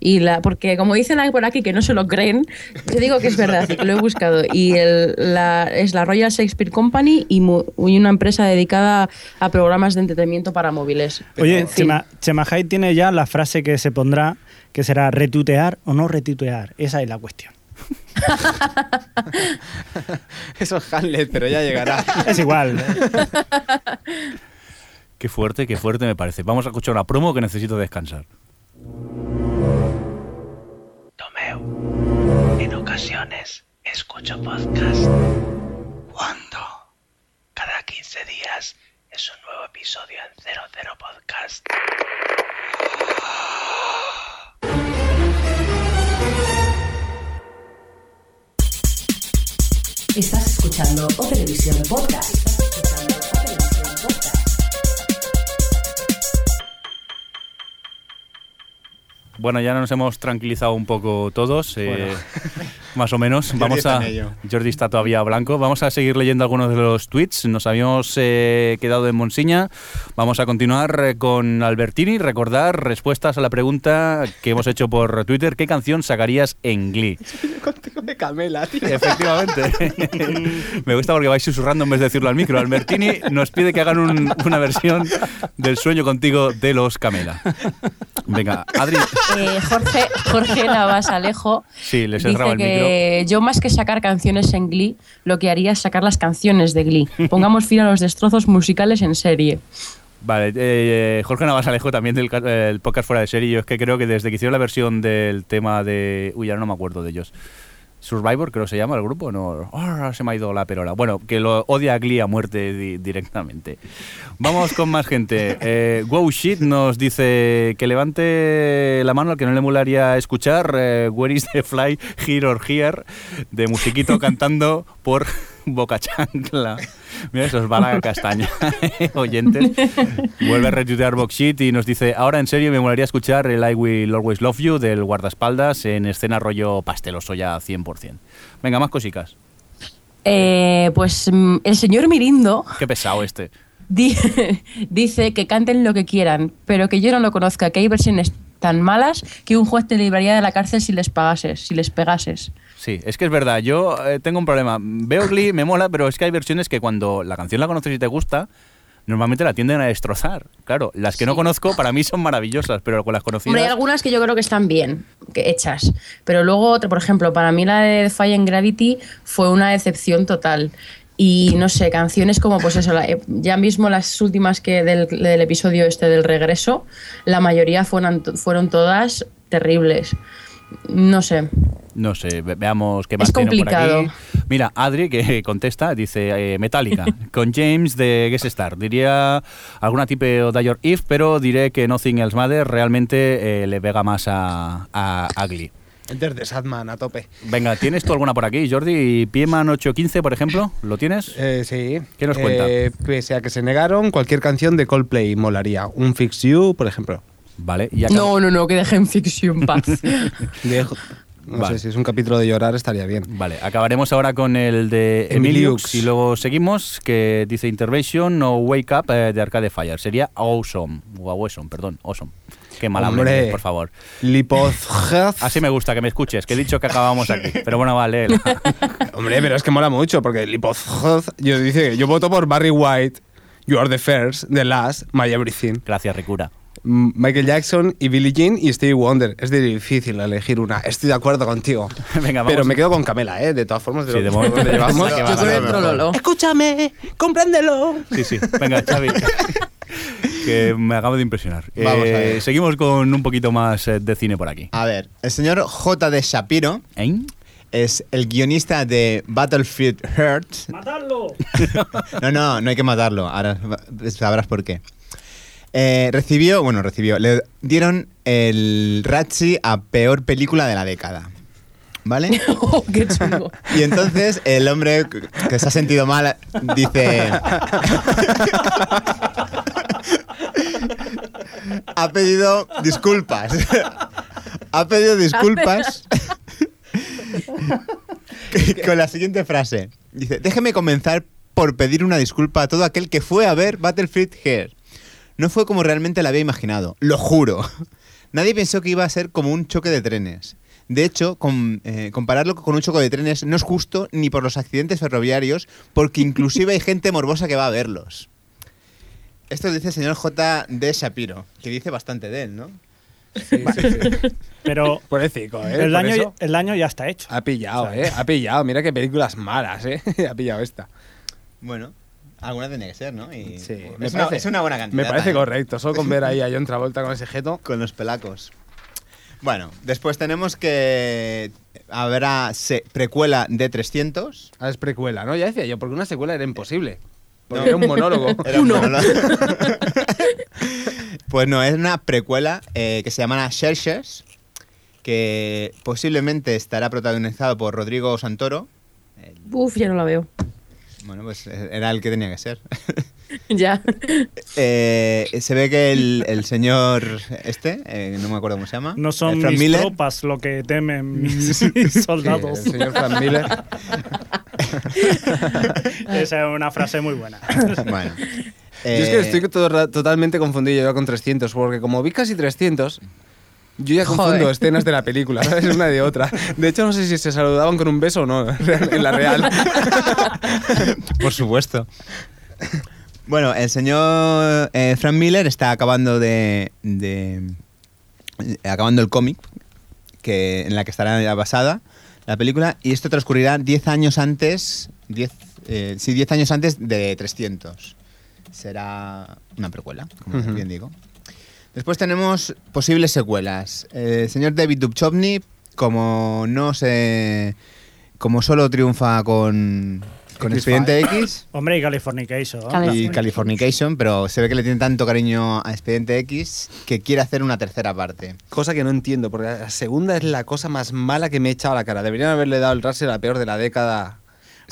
Y la, porque como dicen ahí por aquí que no se lo creen, te digo que es verdad,
*laughs*
que lo he buscado. Y el- la, es la Royal Shakespeare Company y mu- y una empresa dedicada a programas de entretenimiento para móviles.
Oye,
En fin.
Chema, Chema Hyde tiene ya la frase que se pondrá, que será retuitear o no retuitear. Esa es la cuestión.
Eso es Hamlet, pero ya llegará.
Es igual.
*laughs*
¿eh?
Qué fuerte, qué fuerte me parece. Vamos a escuchar una promo que necesito descansar.
Tomeu. En ocasiones escucho podcast. ¿Cuándo? Cada 15 días es un nuevo episodio en 00 Podcast.
Estás escuchando O Televisión Podcast. Estás escuchando O Televisión Podcast.
Bueno, ya nos hemos tranquilizado un poco todos, eh, *laughs* más o menos.
Jordi
Vamos
está
a
en ello.
Jordi está todavía blanco. Vamos a seguir leyendo algunos de los tweets. Nos habíamos eh, quedado en Monsiña. Vamos a continuar eh, con Albertini. Recordar respuestas a la pregunta que hemos hecho por Twitter. ¿Qué canción sacarías en
*laughs*
Glee?
de Camela, tío.
Efectivamente. *laughs* Me gusta porque vais susurrando en vez de decirlo al micro. Albertini nos pide que hagan un- una versión del sueño contigo de los Camela. Venga, Adri.
Eh, Jorge, Jorge Navas Alejo
Sí, les he
dice
cerrado el
que yo más que sacar canciones en Glee, lo que haría es sacar las canciones
*laughs*
de Glee. Pongamos fin a los destrozos musicales en serie.
Vale, eh, Jorge Navas Alejo también del ca- eh, el podcast fuera de serie. Yo es que creo que desde que hicieron la versión del tema de. Uy, ahora no me acuerdo de ellos. Survivor, creo que se llama el grupo, no. Ahora se me ha ido la perola. Bueno, que lo odia a Glee a muerte di- directamente. Vamos con más gente. Eh, wow Shit nos dice que levante la mano al que no le molaría escuchar eh, Where is the Fly, Here or Here, de musiquito cantando por Boca Chancla. Mira, eso es bala castaña, eh, oyentes. Vuelve a retuitear Box Shit y nos dice, ahora en serio me molaría escuchar el I Will Always Love You del guardaespaldas en escena rollo pasteloso ya 100%. Venga, más cositas.
Eh, pues mm, el señor Mirindo
Qué pesado este.
di- *laughs* dice que canten lo que quieran, pero que yo no lo conozca, que hay versiones tan malas que un juez te libraría de la cárcel si les pagases, si les pegases.
Sí, es que es verdad, yo eh, tengo un problema. Veo Glee, me mola, pero es que hay versiones que cuando la canción la conoces y te gusta, normalmente la tienden a destrozar. Claro, las que no conozco para mí son maravillosas, pero con las
Hombre, hay
conocidas...
algunas que yo creo que están bien, que hechas. Pero luego, otra, por ejemplo, para mí la de Fire and Gravity fue una decepción total. Y no sé, canciones como, pues eso, la- eh, ya mismo las últimas que del, del episodio este del regreso, la mayoría fueron, fueron todas terribles. No sé.
No sé, ve- veamos qué
Es
más tenemos
complicado.
por aquí. Mira, Adri, que *laughs* contesta, dice eh,
*laughs*
Metallica, con James de Guest Star. Diría alguna tipo de Your If, pero diré que Nothing Else Matter realmente eh, le pega más a, a, a Glee.
Enter the Sadman a tope.
Venga, ¿tienes tú alguna por aquí, Jordi? Pieman 815, por ejemplo, ¿lo tienes?
Eh, sí.
¿Qué nos cuenta?
Eh, pese a que se negaron, cualquier canción de Coldplay molaría. Un Fix You, por ejemplo.
Vale, y acá- *laughs*
No, no, no, que dejen ficción paz.
De- No
Vale.
sé, si es un capítulo de llorar estaría bien.
Vale, acabaremos ahora con el de Emiliux
Emiliux.
y luego seguimos, que dice Intervention o Wake Up eh, de Arcade Fire. Sería Awesome, o Awesome, perdón, Awesome. Qué mal hablo
Hombre.
inglés, por favor.
Lipozhaz.
Así me gusta, que me escuches, que he dicho que acabamos aquí. Pero bueno, vale. *laughs*
Hombre, pero es que mola mucho, porque Lipozhaz. Yo dice, yo voto por Barry White, You Are the First, The Last, My Everything.
Gracias, Ricura. *laughs*
M- Michael Jackson y Billie Jean y Stevie Wonder. Es difícil elegir una. Estoy de acuerdo contigo.
*laughs* Venga, vamos.
Pero me quedo con Camela, ¿eh? De todas formas,
*laughs*
de
Sí,
lo
de
que
momento.
*laughs*
le llevamos.
La que
Yo
va.
soy el trololo.
Escúchame, compréndelo.
Sí, sí. Venga, Xavi. *laughs* que me acabo de impresionar. Eh,
Vamos a ver.
Seguimos con un poquito más eh, de cine por aquí.
A ver, el señor J. de Shapiro
¿Eh?
es el guionista de Battlefield Earth,
¡Matadlo!
No, no, no hay que matarlo. Ahora sabrás por qué. Eh, recibió, bueno, recibió, le dieron el Ratchi a peor película de la década. ¿Vale?
Oh, *laughs* qué chungo.
*laughs* Y entonces el hombre que se ha sentido mal dice. ha pedido disculpas. ha pedido disculpas. con la siguiente frase. Dice, déjeme comenzar por pedir una disculpa a todo aquel que fue a ver Battlefield Here. No fue como realmente la había imaginado, lo juro. Nadie pensó que iba a ser como un choque de trenes. De hecho, com- eh, compararlo con un choque de trenes no es justo ni por los accidentes ferroviarios, porque inclusive hay gente morbosa que va a verlos. Esto lo dice el señor J. D. Shapiro, que dice bastante de él, ¿no?
Pero
*laughs* Por el cico, ¿eh?
el,
Por
daño,
eso.
ya- el daño ya está hecho.
Ha pillado, ¿eh? Ha pillado. Mira qué películas malas, ¿eh? *laughs* Ha pillado esta.
Bueno, alguna tiene que ser, ¿no? Y-
Sí,
es,
me
una,
parece-
es una buena cantidad.
Me parece
¿eh?
correcto. Solo con ver
*laughs*
ahí a John Travolta con ese jeto.
Con los pelacos. Bueno, después tenemos que habrá se- precuela de 300.
Ah, es precuela, ¿no? Ya decía yo, porque una secuela era imposible. Porque
No.
era un monólogo.
*laughs* Era bueno, ¿no?
*laughs*
pues no, es una precuela eh, que se llamará Xerxes, que posiblemente estará protagonizado por Rodrigo Santoro.
Uf, ya no la veo.
Bueno, pues eh, era el que tenía que ser.
*laughs* Ya.
Eh, se ve que el, el señor este, eh, no me acuerdo cómo se llama.
No son
el Frank
mis
Miller,
tropas lo que
*laughs*
temen mis
Sí, el
soldados.
señor Frank Miller.
Esa es una frase muy buena.
*laughs* Bueno.
Yo es que
Eh,
estoy todo el ra- totalmente confundido yo con 300, porque como vi casi 300, yo ya confundo
Joder.
escenas de la película, ¿sabes? Una de otra. De hecho, no sé si se saludaban con un beso o no *laughs* en la real.
Por supuesto. Bueno, el señor eh, Frank Miller está acabando de, de- acabando el cómic que en la que estará ya basada la película y esto transcurrirá 10 años antes, 10 eh, sí, 10 años antes de 300. Será una precuela, como
Ujú.
bien digo. Después tenemos posibles secuelas. Eh, el señor David Dubchovny, como no se como solo triunfa con con
X-Files.
Expediente
*laughs*
X
Hombre, y Californication.
Cali-
y
Californication.
Californication, pero se ve que le tiene tanto cariño a Expediente X que quiere hacer una tercera parte.
Cosa que no entiendo, porque la segunda es la cosa más mala que me he echado a la cara. Deberían haberle dado el Russell la peor de la década.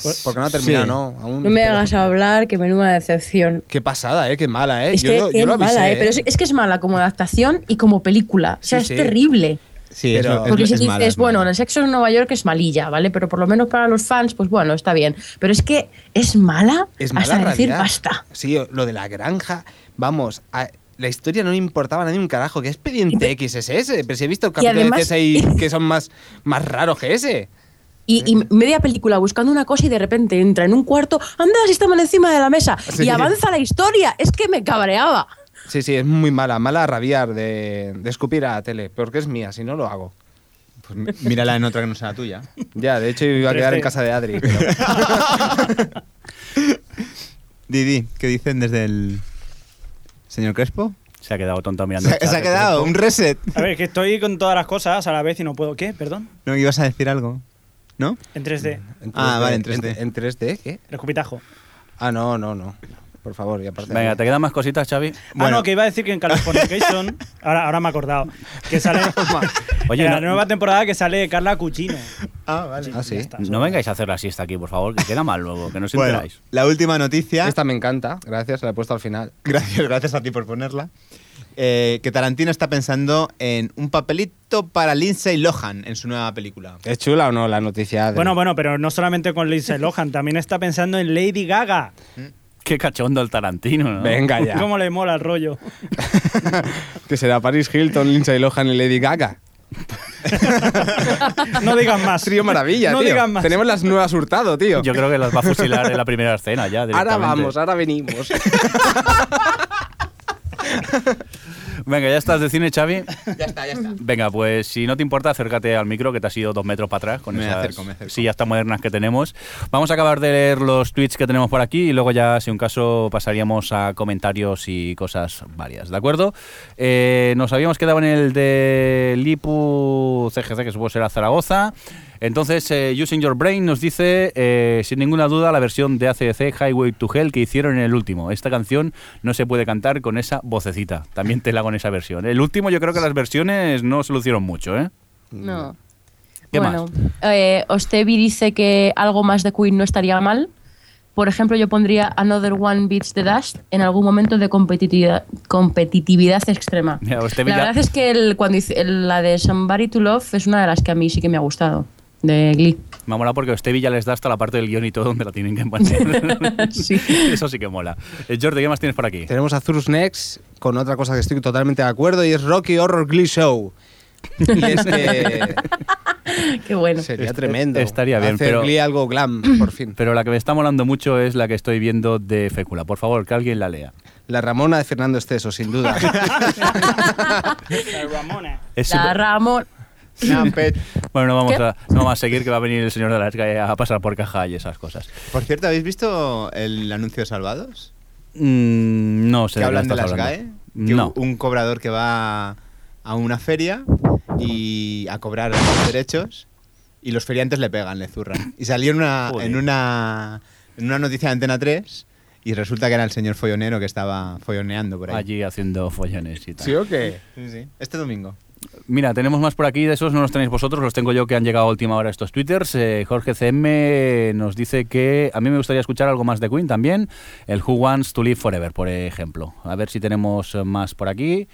Pues-
Porque no ha terminado,
sí.
¿no? Aún-
No me
pero-
hagas hablar, que menuda decepción.
Qué pasada, ¿eh? Qué mala, ¿eh?
Es que
lo-
es
lo avisé,
mala, ¿eh? Pero es, es que es mala como adaptación y como película. O sea,
Sí,
es
sí.
terrible.
Sí,
es Pero- lo- es
Porque si
es
dices,
mala, es mala.
bueno, el sexo en Nueva York es malilla, ¿vale? Pero por lo menos para los fans, pues bueno, está bien. Pero es que es mala,
Es mala
hasta decir
realidad.
basta.
Sí, lo de la granja, vamos, a- la historia no le importaba a nadie un carajo. ¿Qué expediente X es ese? Pero si he visto capítulos
además-
ahí
*laughs*
que son más, más raros que ese. Eh.
Y, y media película buscando una cosa y de repente entra en un cuarto, anda, si estaban encima de la mesa
Sí.
y avanza la historia. Es que me cabreaba.
Sí, sí, es muy mala, mala a rabiar de, de escupir a la tele, porque es mía, si no lo hago.
Pues mí- mírala en otra que no sea la tuya.
Ya, de hecho iba a
Pero
quedar en
este-
casa
*laughs*
de Adri. pero-
*laughs* Didi, ¿qué dicen desde el señor Crespo?
Se ha quedado tonto mirando.
Se,
el chat,
se ha quedado un reset.
A ver, que estoy con todas las cosas a la vez y no puedo. ¿Qué? Perdón.
¿No ibas a decir algo? ¿No?
En 3D.
En
Ah,
3D,
vale, en 3D.
¿En, en 3D qué?
El escupitajo.
Ah, no, no, no. Por favor, y aparte.
Venga, ¿te quedan más cositas, Xavi?
Ah,
Bueno.
no, que iba a decir que en
*laughs*
Californication. ahora, ahora me he acordado. Que sale.
Oye,
Oye, la
no-
nueva temporada que sale Carla Cuchino.
Ah, vale.
Ah, sí.
Ya está,
No
solo-
vengáis a hacer la siesta aquí, por favor, que queda mal luego, que no os
*laughs* Bueno,
enteráis.
la última noticia.
Esta me encanta, gracias, la he puesto al final.
Gracias, gracias a ti por ponerla. eh, que Tarantino está pensando en un papelito para Lindsay Lohan en su nueva película.
¿Es chula o no la noticia? de-
Bueno, bueno, pero no solamente con Lindsay Lohan, también está pensando en Lady Gaga.
Qué cachondo el Tarantino, ¿no?
Venga ya.
¿Cómo le mola el rollo?
que será Paris Hilton, Lindsay Lohan y Lady Gaga.
No digas más.
*laughs*
Trío maravilla,
No
tío.
digas más.
Tenemos las nuevas Hurtado, tío.
Yo creo que las va a fusilar en la primera escena ya.
ahora
directamente.
vamos,
ah.
ahora
*laughs*
venimos.
Venga, ya estás de cine, Xavi.
Ya está, ya *laughs* está.
Venga, pues si no te importa, acércate al micro, que te has ido dos metros para atrás con
Me
esas
acerco, me acerco.
sillas tan modernas que tenemos. Vamos a acabar de leer los tweets que tenemos por aquí y luego ya, si un caso, pasaríamos a comentarios y cosas varias, ¿de acuerdo? Eh, nos habíamos quedado en el de Lipu CGC, que supongo será Zaragoza. Entonces, eh, Using Your Brain nos dice, eh, sin ninguna duda, la versión de ACDC Highway to Hell que hicieron en el último. Esta canción no se puede cantar con esa vocecita. También te la hago en esa versión. El último yo creo que las versiones no se lucieron mucho, ¿eh?
No.
¿Qué
bueno, eh, Ostevi dice que algo más de Queen no estaría mal. Por ejemplo, yo pondría Another One Beats the Dust en algún momento de competitividad, competitividad extrema.
Mira, Ostevi
la
ya-
verdad es que el- cuando hice- el- la de Somebody to Love es una de las que a mí sí que me ha gustado, de Glee. *laughs*
Me ha molado porque Stevie ya les da hasta la parte del guión y todo donde la tienen que poner.
*laughs* Sí.
*laughs* Eso sí que mola. Eh, Jordi, ¿qué más tienes por aquí?
Tenemos a Zurus Next con otra cosa que estoy totalmente de acuerdo y es Rocky Horror Glee Show. Y es que
Qué bueno.
sería
Est-
tremendo.
estaría bien,
Hacer
pero-
Glee algo glam, por fin.
Pero la que me está molando mucho es la que estoy viendo de Fécula. Por favor, que alguien la lea.
La Ramona de Fernando Esteso, sin *laughs* duda.
Ramona.
Es
La
súper-
Ramón.
Bueno, no vamos,
¿Qué?
a, no vamos a seguir, que va a venir el señor de la escalera a pasar por caja y esas cosas.
Por cierto, ¿habéis visto el anuncio de Salvados?
Mm, no sé
que
de qué
hablan de
estás
las GAE.
hablando.
Que
No.
Un cobrador que va a una feria y a cobrar los derechos y los feriantes le pegan, le zurran. Y salió en una,
Joder.
en una, en una noticia de Antena 3 y resulta que era el señor follonero que estaba folloneando por ahí.
Allí haciendo follones y tal.
o qué?
Sí, sí. Este domingo.
Mira, tenemos más por aquí, de esos no los tenéis vosotros, los tengo yo que han llegado a última hora estos twitters. Eh, Jorge CM nos dice que a mí me gustaría escuchar algo más de Queen también, el Who Wants to Live Forever, por ejemplo. A ver si tenemos eh, más por aquí.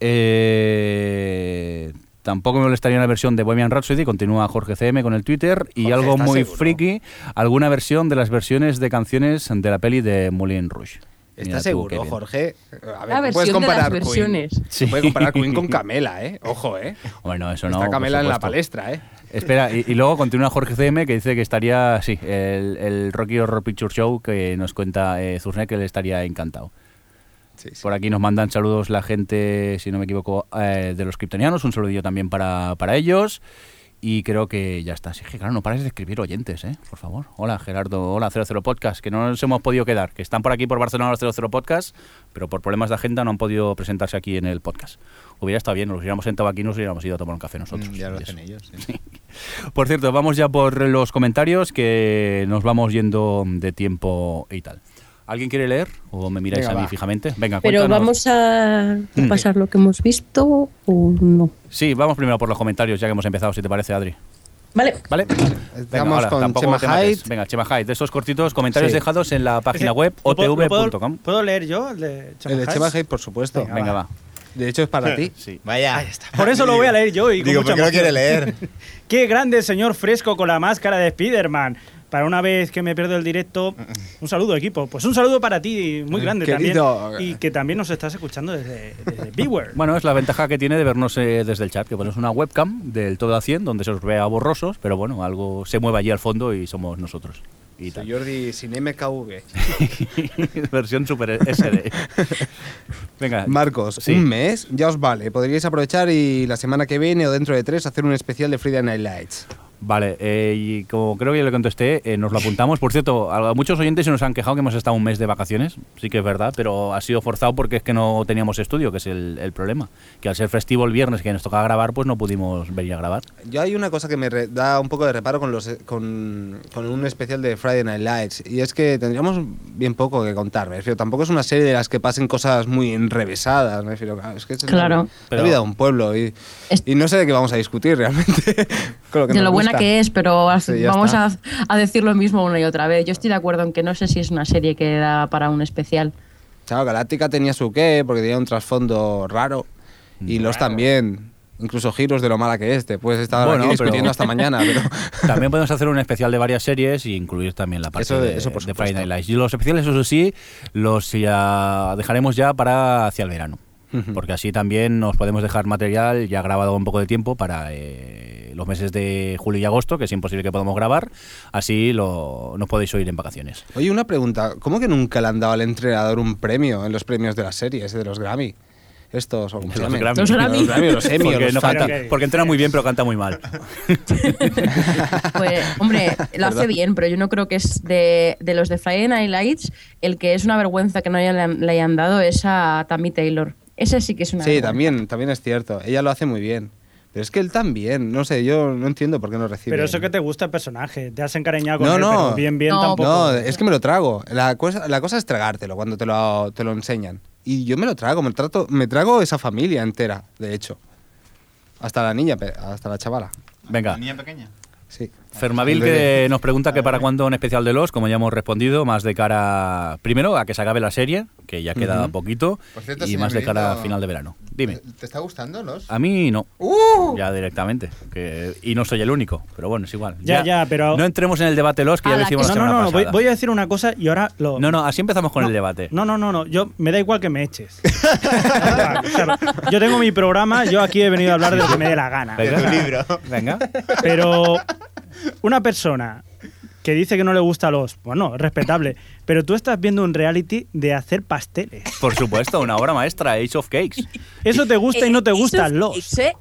Eh, Tampoco me molestaría una versión de Bohemian Rhapsody, continúa Jorge CM con el Twitter, y
Jorge,
algo
¿estás
muy
seguro?
friki, alguna versión de las versiones de canciones de la peli de Moulin Rouge. Mira
¿Estás
tú, qué
seguro,
bien.
Jorge? A
La
no
versión de las
Queen.
versiones.
Sí.
Puedes comparar Queen con Camela, ¿eh? Ojo, ¿eh?
Bueno, eso no.
Está
por
Camela en la
supuesto.
palestra, ¿eh?
Espera, y, y luego continúa Jorge CM que dice que estaría, sí, el, el Rocky Horror Picture Show que nos cuenta eh, Zurne que le estaría encantado. Por aquí nos mandan saludos la gente, si no me equivoco, eh, de los kryptonianos, un saludillo también para, para ellos. Y creo que ya está. Sí, que claro, no pares de escribir oyentes, ¿eh? Por favor. Hola Gerardo, hola 00 Podcast, que no nos hemos podido quedar, que están por aquí por Barcelona los 00 Podcast, pero por problemas de agenda no han podido presentarse aquí en el podcast. Hubiera estado bien, nos hubiéramos sentado aquí y nos hubiéramos ido a tomar un café nosotros.
Mm, ya lo
Y eso.
hacen ellos. sí.
Por cierto, vamos ya por los comentarios que nos vamos yendo de tiempo y tal. ¿Alguien quiere leer? ¿O me miráis
Venga,
a mí
va.
fijamente? Venga,
Pero
Ah, cuéntanos. Mm.
vamos a pasar lo que hemos visto o no.
Sí, vamos primero por los comentarios, ya que hemos empezado, si te parece, Adri.
Vale.
¿Vale?
Estamos
ahora,
con
tampoco
Chema
te mates.
Hyde.
Venga, Chema Hyde, de esos cortitos comentarios
Sí.
dejados en la página web
¿Lo puedo- lo puedo-
otv.com.
¿Puedo leer yo el de Chema
El de
Hayes?
Chema Hyde, por supuesto.
Venga,
Venga, va.
De hecho, es para ti.
Vaya.
Por eso lo voy a leer yo y con
Digo,
mucha
¿por qué no
emoción.
quiere leer?
Qué grande señor fresco con la máscara de Spider-Man. Para una vez que me pierdo el directo,
Mm.
un saludo equipo. Pues un saludo para ti, muy grande
Eh, Querido.
también. Y que también nos estás escuchando desde,
*laughs*
desde Beware.
Bueno, es la ventaja que tiene de vernos eh, desde el chat, que ponemos una webcam del todo a 100, donde se os vea borrosos, pero bueno, algo se mueve allí al fondo y somos nosotros. Y tal.
Soy Jordi sin *laughs* MKV.
*laughs* Versión super SD. Venga.
Marcos,
Sí.
un mes ya os vale. Podríais aprovechar y la semana que viene o dentro de tres hacer un especial de Friday Night Lights.
Vale, eh, y como creo que ya le contesté, eh, nos lo apuntamos. Por cierto, a a muchos oyentes se nos han quejado que hemos estado un mes de vacaciones, sí que es verdad, pero ha sido forzado porque es que no teníamos estudio, que es el, el problema. Que al ser festivo el viernes que nos tocaba grabar, pues no pudimos venir a grabar.
Yo hay una cosa que me re- da un poco de reparo con, los, con, con un especial de Friday Night Lights y es que tendríamos bien poco que contar. Me refiero, tampoco es una serie de las que pasen cosas muy enrevesadas. Me refiero, es que es
Claro.
la,
Pero-
vida de un pueblo y,
Es-
y no sé de qué vamos a discutir realmente. *laughs* con lo que
de
nos
lo buena
gusta.
que es, pero al-
Sí, ya
vamos
está.
a,
*laughs*
a decir lo mismo una y otra vez. Yo estoy de acuerdo en que no sé si es una serie que da para un especial.
Chao, Galáctica tenía su qué, porque tenía un trasfondo raro. Y los también. Incluso giros de lo mala que es. Te puedes estar
Bueno,
aquí
pero-
discutiendo hasta mañana,
*laughs*
pero.
También podemos hacer un especial de varias series y incluir también la parte
Eso-
de,
eso por
de
supuesto.
Friday Night Lights. Y los especiales, eso sí, los ya dejaremos ya para hacia el verano. Porque así también nos podemos dejar material ya grabado un poco de tiempo para eh, los meses de julio y agosto, que es imposible que podamos grabar. Así lo, nos podéis oír en vacaciones.
Oye, una pregunta. ¿Cómo que nunca le han dado al entrenador un premio en los premios de las series, eh, de los Grammy? Estos, o ¿cómo se
Los
llaman?
Grammy.
Los Grammy.
Los Grammy, los Emmy,
Porque,
los
no
Fat-
canta-
*laughs*
Pero que-
porque entrena muy bien, pero canta muy mal.
Pues, hombre, lo hace
¿Verdad?
bien, pero yo no creo que es de, de los de Friday Night Lights. El que es una vergüenza que no haya- le hayan dado es a Tammy Taylor. Ese sí que es una
Sí,
vergüenza.
también, también es cierto. Ella lo hace muy bien. Pero es que él también. No sé, yo no entiendo por qué no recibe.
Pero eso que te gusta el personaje, te has encariñado con
No,
él,
no.
pero bien, bien
No,
tampoco.
No, es que me lo trago. La cosa, la cosa es tragártelo cuando te lo, te lo enseñan. Y yo me lo trago, me, trato, me trago esa familia entera, de hecho. Hasta la niña, pe- hasta la chavala.
Venga.
La niña pequeña.
Sí.
Fermavil que nos pregunta que para cuándo un especial de los, como ya hemos respondido, más de cara primero a que se acabe la serie, que ya queda poquito,
Por cierto,
y
señor
más de cara a
Benito,
final de verano. Dime, Ah,
¿Te está gustando los?
a mí no,
¡Uh!
ya directamente, que, y no soy el único, pero bueno, es igual.
Ya, ya, pero-
No entremos en el debate los, que
A
ya lo
la
hicimos
no,
la
no,
semana
no, no, voy,
pasada.
voy a decir una cosa y ahora lo.
No, no, así empezamos con el debate.
No, no, no, no. Yo me da igual que me
*laughs*
eches. O sea, yo tengo mi programa, yo aquí he venido a hablar de lo que me dé la gana.
Venga.
libro.
Venga.
Pero una persona que dice que no le gusta los, bueno, respetable, pero tú estás viendo un reality de hacer pasteles.
Por supuesto, una obra maestra, Age of Cakes.
Eso te gusta y no te
Ace of
gustan los.
Cakes, ¿eh?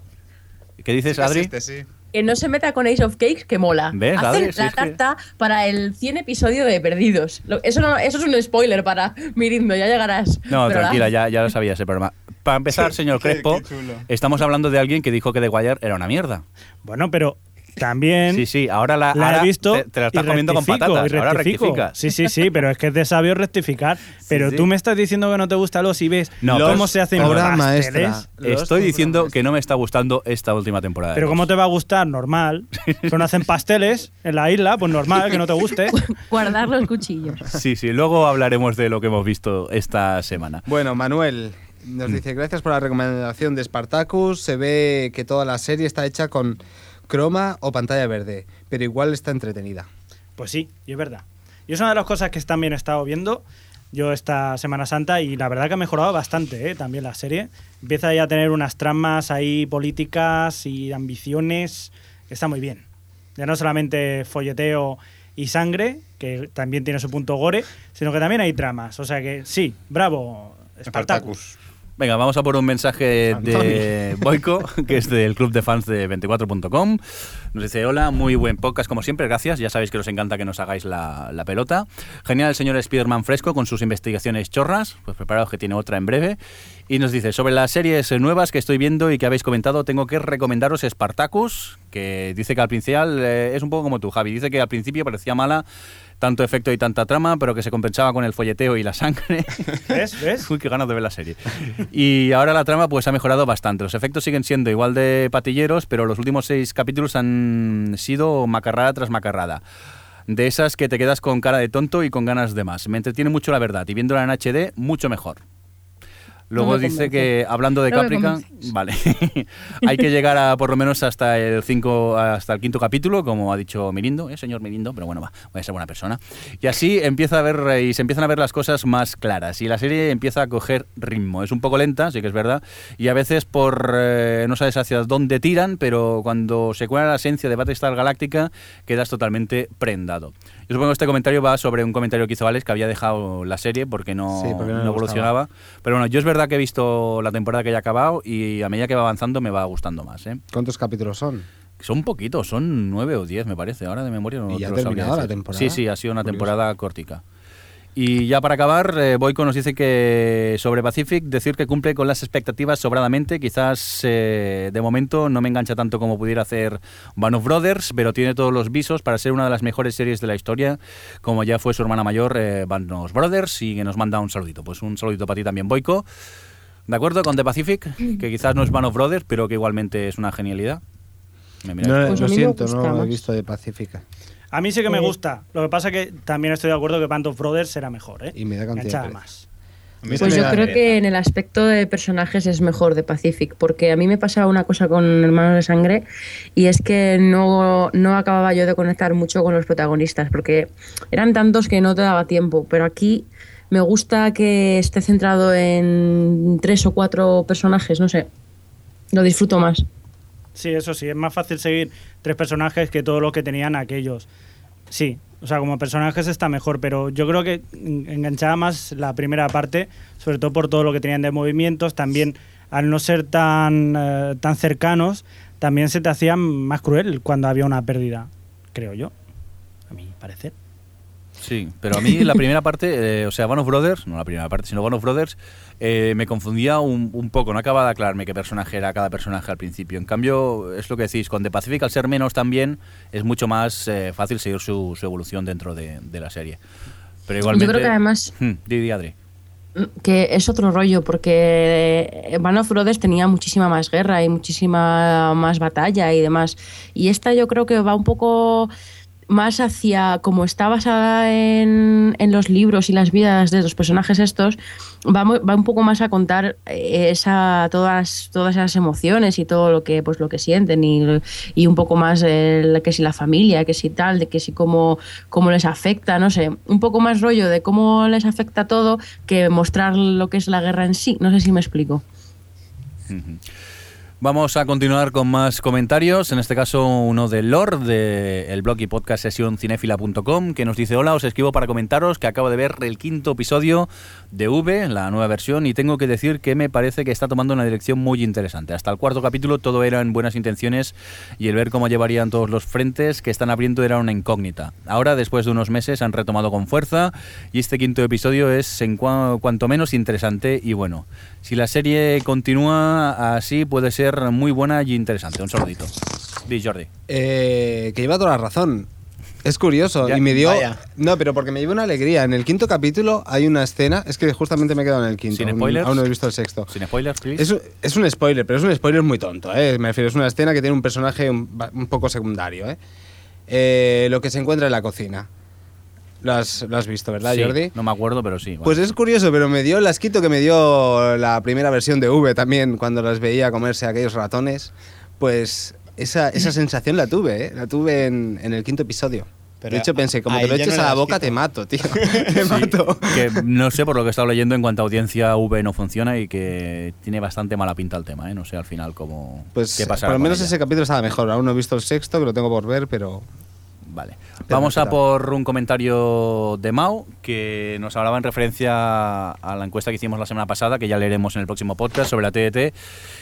¿Qué dices, Adri?
Este, sí.
Que no se meta con Ace of Cakes, que mola.
¿Ves,
Hacen
Adri? Sí,
la
es que-
tarta para el 100 episodio de Perdidos. Lo- Eso, no- eso es un spoiler para Mirindo, ya llegarás.
No,
Pero la-
tranquila, ya, ya lo sabía ese programa. Para empezar, señor
qué-
Crespo,
qué chulo.
estamos hablando de alguien que dijo que The Wire era una mierda.
Bueno, pero también
Sí, sí, ahora la,
la
ahora
he visto.
Te, te la estás
y
comiendo con
rectifico,
patatas,
y
ahora
rectifico.
rectificas.
Sí, sí, sí, pero es que es de sabio rectificar. pero
sí.
tú me estás diciendo que no te gusta los y ves
No,
cómo
pero es
se hacen los
obra
pasteles.
maestra.
Estoy diciendo que no me está gustando esta última temporada. de
Pero
Lost.
cómo te va a
*laughs*
gustar, normal. Pero no hacen pasteles en la isla, pues normal que no te guste.
*laughs* Guardar los cuchillos.
Sí, sí, luego hablaremos de lo que hemos visto esta semana.
Bueno, Manuel nos dice, gracias por la recomendación de Spartacus. Se ve que toda la serie está hecha con croma o pantalla verde, pero igual está entretenida.
Pues sí, y es verdad. Y es una de las cosas que también he estado viendo yo esta Semana Santa y la verdad que ha mejorado bastante ¿eh? también la serie. Empieza ya a tener unas tramas ahí políticas y ambiciones. Está muy bien. Ya no solamente folleteo y sangre, que también tiene su punto gore, sino que también hay tramas. O sea que sí, bravo, Spartacus.
Spartacus.
Venga, vamos a por un mensaje de Boico, que es del club de fans de 24.com. Nos dice, hola, muy buen podcast como siempre, gracias. Ya sabéis que os encanta que nos hagáis la, la pelota. Genial el señor Spiderman Fresco con sus investigaciones chorras, pues preparados que tiene otra en breve. Y nos dice, sobre las series nuevas que estoy viendo y que habéis comentado, tengo que recomendaros Spartacus, que dice que al principal eh, es un poco como tú, Javi. Dice que al principio parecía mala tanto efecto y tanta trama, pero que se compensaba con el folleteo y la sangre.
¿Ves? ¿Ves?
Uy, qué ganas de ver la serie. Y ahora la trama pues ha mejorado bastante. Los efectos siguen siendo igual de patilleros, pero los últimos seis capítulos han sido macarrada tras macarrada. De esas que te quedas con cara de tonto y con ganas de más. Me entretiene mucho la verdad y viéndola en HD mucho mejor. Luego
No me
dice
convence.
que hablando de
No me
Caprica, vale, *laughs* hay que llegar a por lo menos hasta el cinco, hasta el quinto capítulo, como ha dicho Mirindo, ¿eh, señor Mirindo, pero bueno, va, voy a ser buena persona. Y así empieza a ver eh, y se empiezan a ver las cosas más claras y la serie empieza a coger ritmo. Es un poco lenta, sí que es verdad, y a veces por eh, no sabes hacia dónde tiran, pero cuando se cuela la esencia de Battlestar Galáctica quedas totalmente prendado. Yo supongo que este comentario va sobre un comentario que hizo Alex que había dejado la serie porque no,
Sí, porque no le
no
gustaba.
evolucionaba gustaba. Pero bueno, yo es verdad que he visto la temporada que ya ha acabado y a medida que va avanzando me va gustando más. ¿eh?
¿Cuántos capítulos son?
Son poquitos, son nueve o diez, me parece. Ahora de memoria no
¿Y
te
ya ha
lo sabría
terminado la
decir.
temporada?
Sí, sí, ha sido una
Curioso.
temporada cortica. Y ya para acabar, eh, Boico nos dice que sobre Pacific, decir que cumple con las expectativas sobradamente, quizás eh, de momento no me engancha tanto como pudiera hacer Van of Brothers, pero tiene todos los visos para ser una de las mejores series de la historia, como ya fue su hermana mayor, eh, Van of Brothers, y que nos manda un saludito. Pues un saludito para ti también, Boico. De acuerdo con The Pacific, que quizás no es Van of Brothers, pero que igualmente es una genialidad. Me miráis.
Pues
lo
a mí me
siento,
gusta
no he
más.
visto de Pacífica.
A mí sí que me
Sí.
gusta. Lo que pasa que también estoy de acuerdo que Band of Brothers será mejor, ¿eh?
Y me da cantidad de
Enganchaba
pereza.
más.
A mí se
Pues
me
yo
da
creo
pereza.
que en el aspecto de personajes es mejor de Pacific, porque a mí me pasaba una cosa con Hermanos de Sangre y es que no, no acababa yo de conectar mucho con los protagonistas, porque eran tantos que no te daba tiempo, pero aquí me gusta que esté centrado en tres o cuatro personajes, no sé, lo disfruto más.
Sí, eso sí, es más fácil seguir tres personajes que todos los que tenían aquellos. Sí, o sea, como personajes está mejor, pero yo creo que en- enganchaba más la primera parte, sobre todo por todo lo que tenían de movimientos, también al no ser tan, eh, tan cercanos, también se te hacían más cruel cuando había una pérdida, creo yo, a mi parecer.
Sí, pero a mí la primera parte, eh, o sea, Van of Brothers, no la primera parte, sino Van of Brothers, eh, me confundía un, un poco, no acababa de aclararme qué personaje era cada personaje al principio. En cambio, es lo que decís, con The Pacific, al ser menos también, es mucho más eh, fácil seguir su, su evolución dentro de, de la serie. Pero igualmente...
Yo creo que además
Hmm, di, di, Adri.
que es otro rollo porque eh, Van of Brothers tenía muchísima más guerra y muchísima más batalla y demás y esta yo creo que va un poco más hacia como está basada en, en los libros y las vidas de los personajes estos va, mu- va un poco más a contar eh, esa todas todas esas emociones y todo lo que pues lo que sienten y, y un poco más el, que si la familia que si tal de que si cómo cómo les afecta no sé un poco más rollo de cómo les afecta todo que mostrar lo que es la guerra en sí no sé si me explico
Vamos a continuar con más comentarios, en este caso uno de Lord, del blog y podcast sesión cinefila.com, que nos dice, hola, os escribo para comentaros que acabo de ver el quinto episodio de V, la nueva versión, y tengo que decir que me parece que está tomando una dirección muy interesante. Hasta el cuarto capítulo todo eran buenas intenciones y el ver cómo llevarían todos los frentes que están abriendo era una incógnita. Ahora, después de unos meses, han retomado con fuerza y este quinto episodio es en cua- cuanto menos interesante y bueno. Si la serie continúa así, puede ser muy buena y interesante. Un saludito. Di Jordi.
Eh, que lleva toda la razón. Es curioso
Ya,
y me dio...
vaya.
No, pero porque me lleva una alegría. En el quinto capítulo hay una escena... Es que justamente me he quedado en el quinto.
Sin
aún-
spoilers.
Aún no he visto el sexto.
Sin spoilers, please.
Es, un- es un spoiler, pero es un spoiler muy tonto, ¿eh? Me refiero, es una escena que tiene un personaje un, ba- un poco secundario, ¿eh? Eh, Lo que se encuentra en la cocina. Lo has, lo has visto, ¿verdad,
Sí,
Jordi?
No me acuerdo, pero sí. bueno.
Pues es curioso, pero me dio el asquito que me dio la primera versión de V también, cuando las veía comerse aquellos ratones. Pues esa, esa sensación la tuve, ¿eh? La tuve en, en el quinto episodio.
Pero
de hecho,
a-
pensé, como
ahí
te lo
ya
eches
no
a
era
la boca,
asquito.
te mato,
*laughs*
tío. te
Sí,
mato.
Que no sé por lo que he estado leyendo en cuanto a audiencia V no funciona y que tiene bastante mala pinta el tema, ¿eh? No sé al final cómo
Pues
qué pasará
por lo
con
menos
ella.
ese capítulo estaba mejor. Aún no he visto el sexto, que lo tengo por ver, pero
Vale. Vamos a
espera.
por un comentario de Mau, que nos hablaba en referencia a la encuesta que hicimos la semana pasada, que ya leeremos en el próximo podcast sobre la TDT.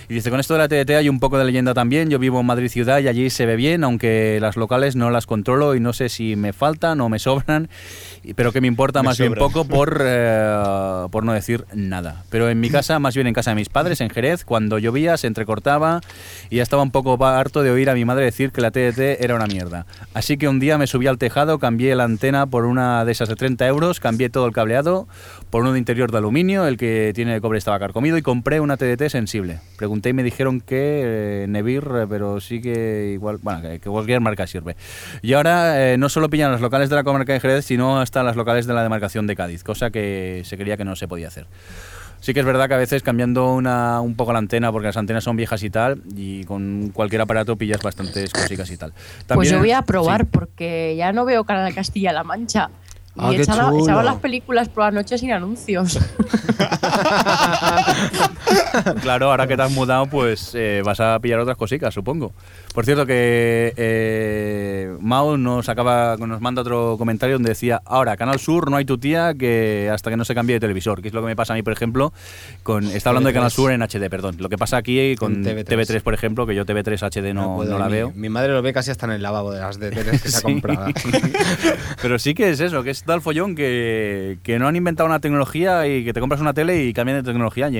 Y dice, con esto de la TDT hay un poco de leyenda también. Yo vivo en Madrid ciudad y allí se ve bien, aunque las locales no las controlo y no sé si me faltan o me sobran, y- pero que me importa
Me
más bien
sobran. *laughs*
poco por, eh, por no decir nada. Pero en mi casa, más bien en casa de mis padres, en Jerez, cuando llovía se entrecortaba y ya estaba un poco harto de oír a mi madre decir que la TDT era una mierda. Así que un día me subí al tejado, cambié la antena por una de esas de 30 euros, cambié todo el cableado por uno de interior de aluminio, el que tiene el cobre estaba carcomido, y compré una TDT sensible. Pregunté y me dijeron que eh, Nevir, eh, pero sí que igual, bueno, que, que cualquier marca sirve. Y ahora eh, no solo pillan las locales de la comarca de Jerez, sino hasta las locales de la demarcación de Cádiz, cosa que se creía que no se podía hacer. Sí que es verdad que a veces cambiando una, un poco la antena, porque las antenas son viejas y tal, y con cualquier aparato pillas bastantes cositas y tal.
pues
También-
yo voy a probar
Sí.
porque ya no veo Canal Castilla-La Mancha
Ah,
y
qué
echaba,
chulo.
echaba las películas por la noche sin anuncios
*laughs* Claro, ahora que te has mudado, pues eh, vas a pillar otras cositas, supongo. Por cierto, que eh, Mao nos acaba, nos manda otro comentario donde decía, ahora, Canal Sur no hay tu tía que hasta que no se cambie de televisor, que es lo que me pasa a mí, por ejemplo, con está hablando de Canal Sur en HD, perdón. Lo que pasa aquí eh, con TV3,
En TV3.
por ejemplo, que yo TV3 HD *laughs* no,
puedo,
no la
mi-
veo.
Mi madre lo ve casi hasta en el lavabo de las de teles que se ha
*laughs* Sí.
comprado.
Pero sí que es eso, que es tal follón que, que no han inventado una tecnología y que te compras una tele y cambian de tecnología y,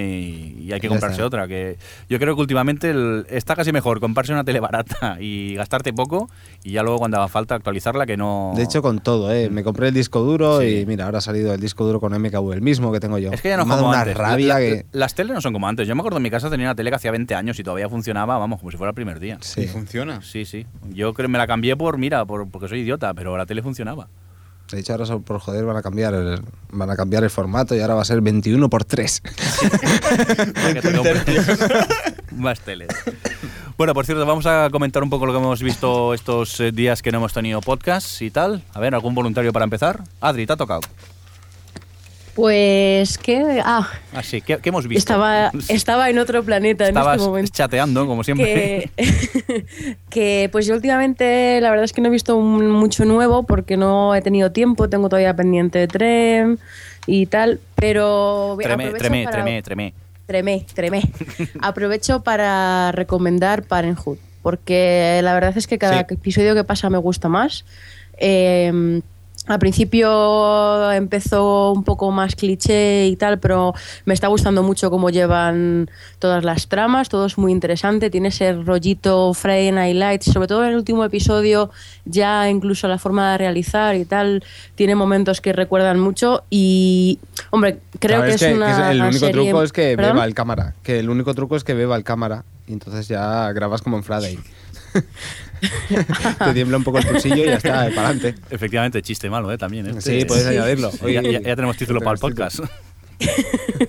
y hay que
Ya
comprarse
está.
otra. Que yo creo que últimamente el- está casi mejor comprarse una tele barata y gastarte poco y ya luego cuando haga falta actualizarla que no...
De hecho, con todo, ¿eh? Me compré el disco duro
Sí.
y mira, ahora ha salido el disco duro con MKV, el mismo que tengo yo.
es que ya no es
Me ha dado
como
una
antes.
rabia
La-
que...
Las teles no son como antes. Yo me acuerdo en mi casa tenía una tele que hacía 20 años y todavía funcionaba, vamos, como si fuera el primer día. *laughs*
Sí.
Y funciona.
Sí, sí. Yo creo me la cambié por, mira, por, porque soy idiota, pero la tele funcionaba.
De hecho, ahora so- por joder van a cambiar el, van a cambiar el formato y ahora va a ser 21 por 3.
Para que tenga un- *laughs* Más tele. Bueno, por cierto, vamos a comentar un poco lo que hemos visto estos eh, días que no hemos tenido podcast y tal. A ver, ¿algún voluntario para empezar? Adri, te ha tocado.
*laughs* Pues que. Ah,
Así, ¿qué, qué hemos visto?
estaba, estaba en otro planeta en
Estabas
este momento.
chateando, como *laughs* siempre.
Que, *laughs* que, pues yo últimamente la verdad es que no he visto un- mucho nuevo porque no he tenido tiempo, tengo todavía pendiente de Trem y tal, pero voy-
Tremé,
aprovecho
tremé,
para-
tremé, tremé.
Tremé, tremé. Aprovecho para recomendar Parenthood, porque la verdad es que cada
Sí.
episodio que pasa me gusta más. Eh, al principio empezó un poco más cliché y tal, pero me está gustando mucho cómo llevan todas las tramas, todo es muy interesante, tiene ese rollito Friday Night Lights, sobre todo en el último episodio, ya incluso la forma de realizar y tal, tiene momentos que recuerdan mucho y, hombre, creo
Claro,
que es, una
el único
serie-
truco es que
¿Perdón?
beba el cámara. Que el único truco es que beba el cámara. Y entonces ya grabas como
*laughs*
en Friday. Te tiembla un poco el pulsillo y ya está, eh, para adelante.
Efectivamente, chiste malo, ¿eh? También, ¿eh?
Sí, puedes añadirlo.
Ya- ya, ya tenemos título para el podcast. *laughs*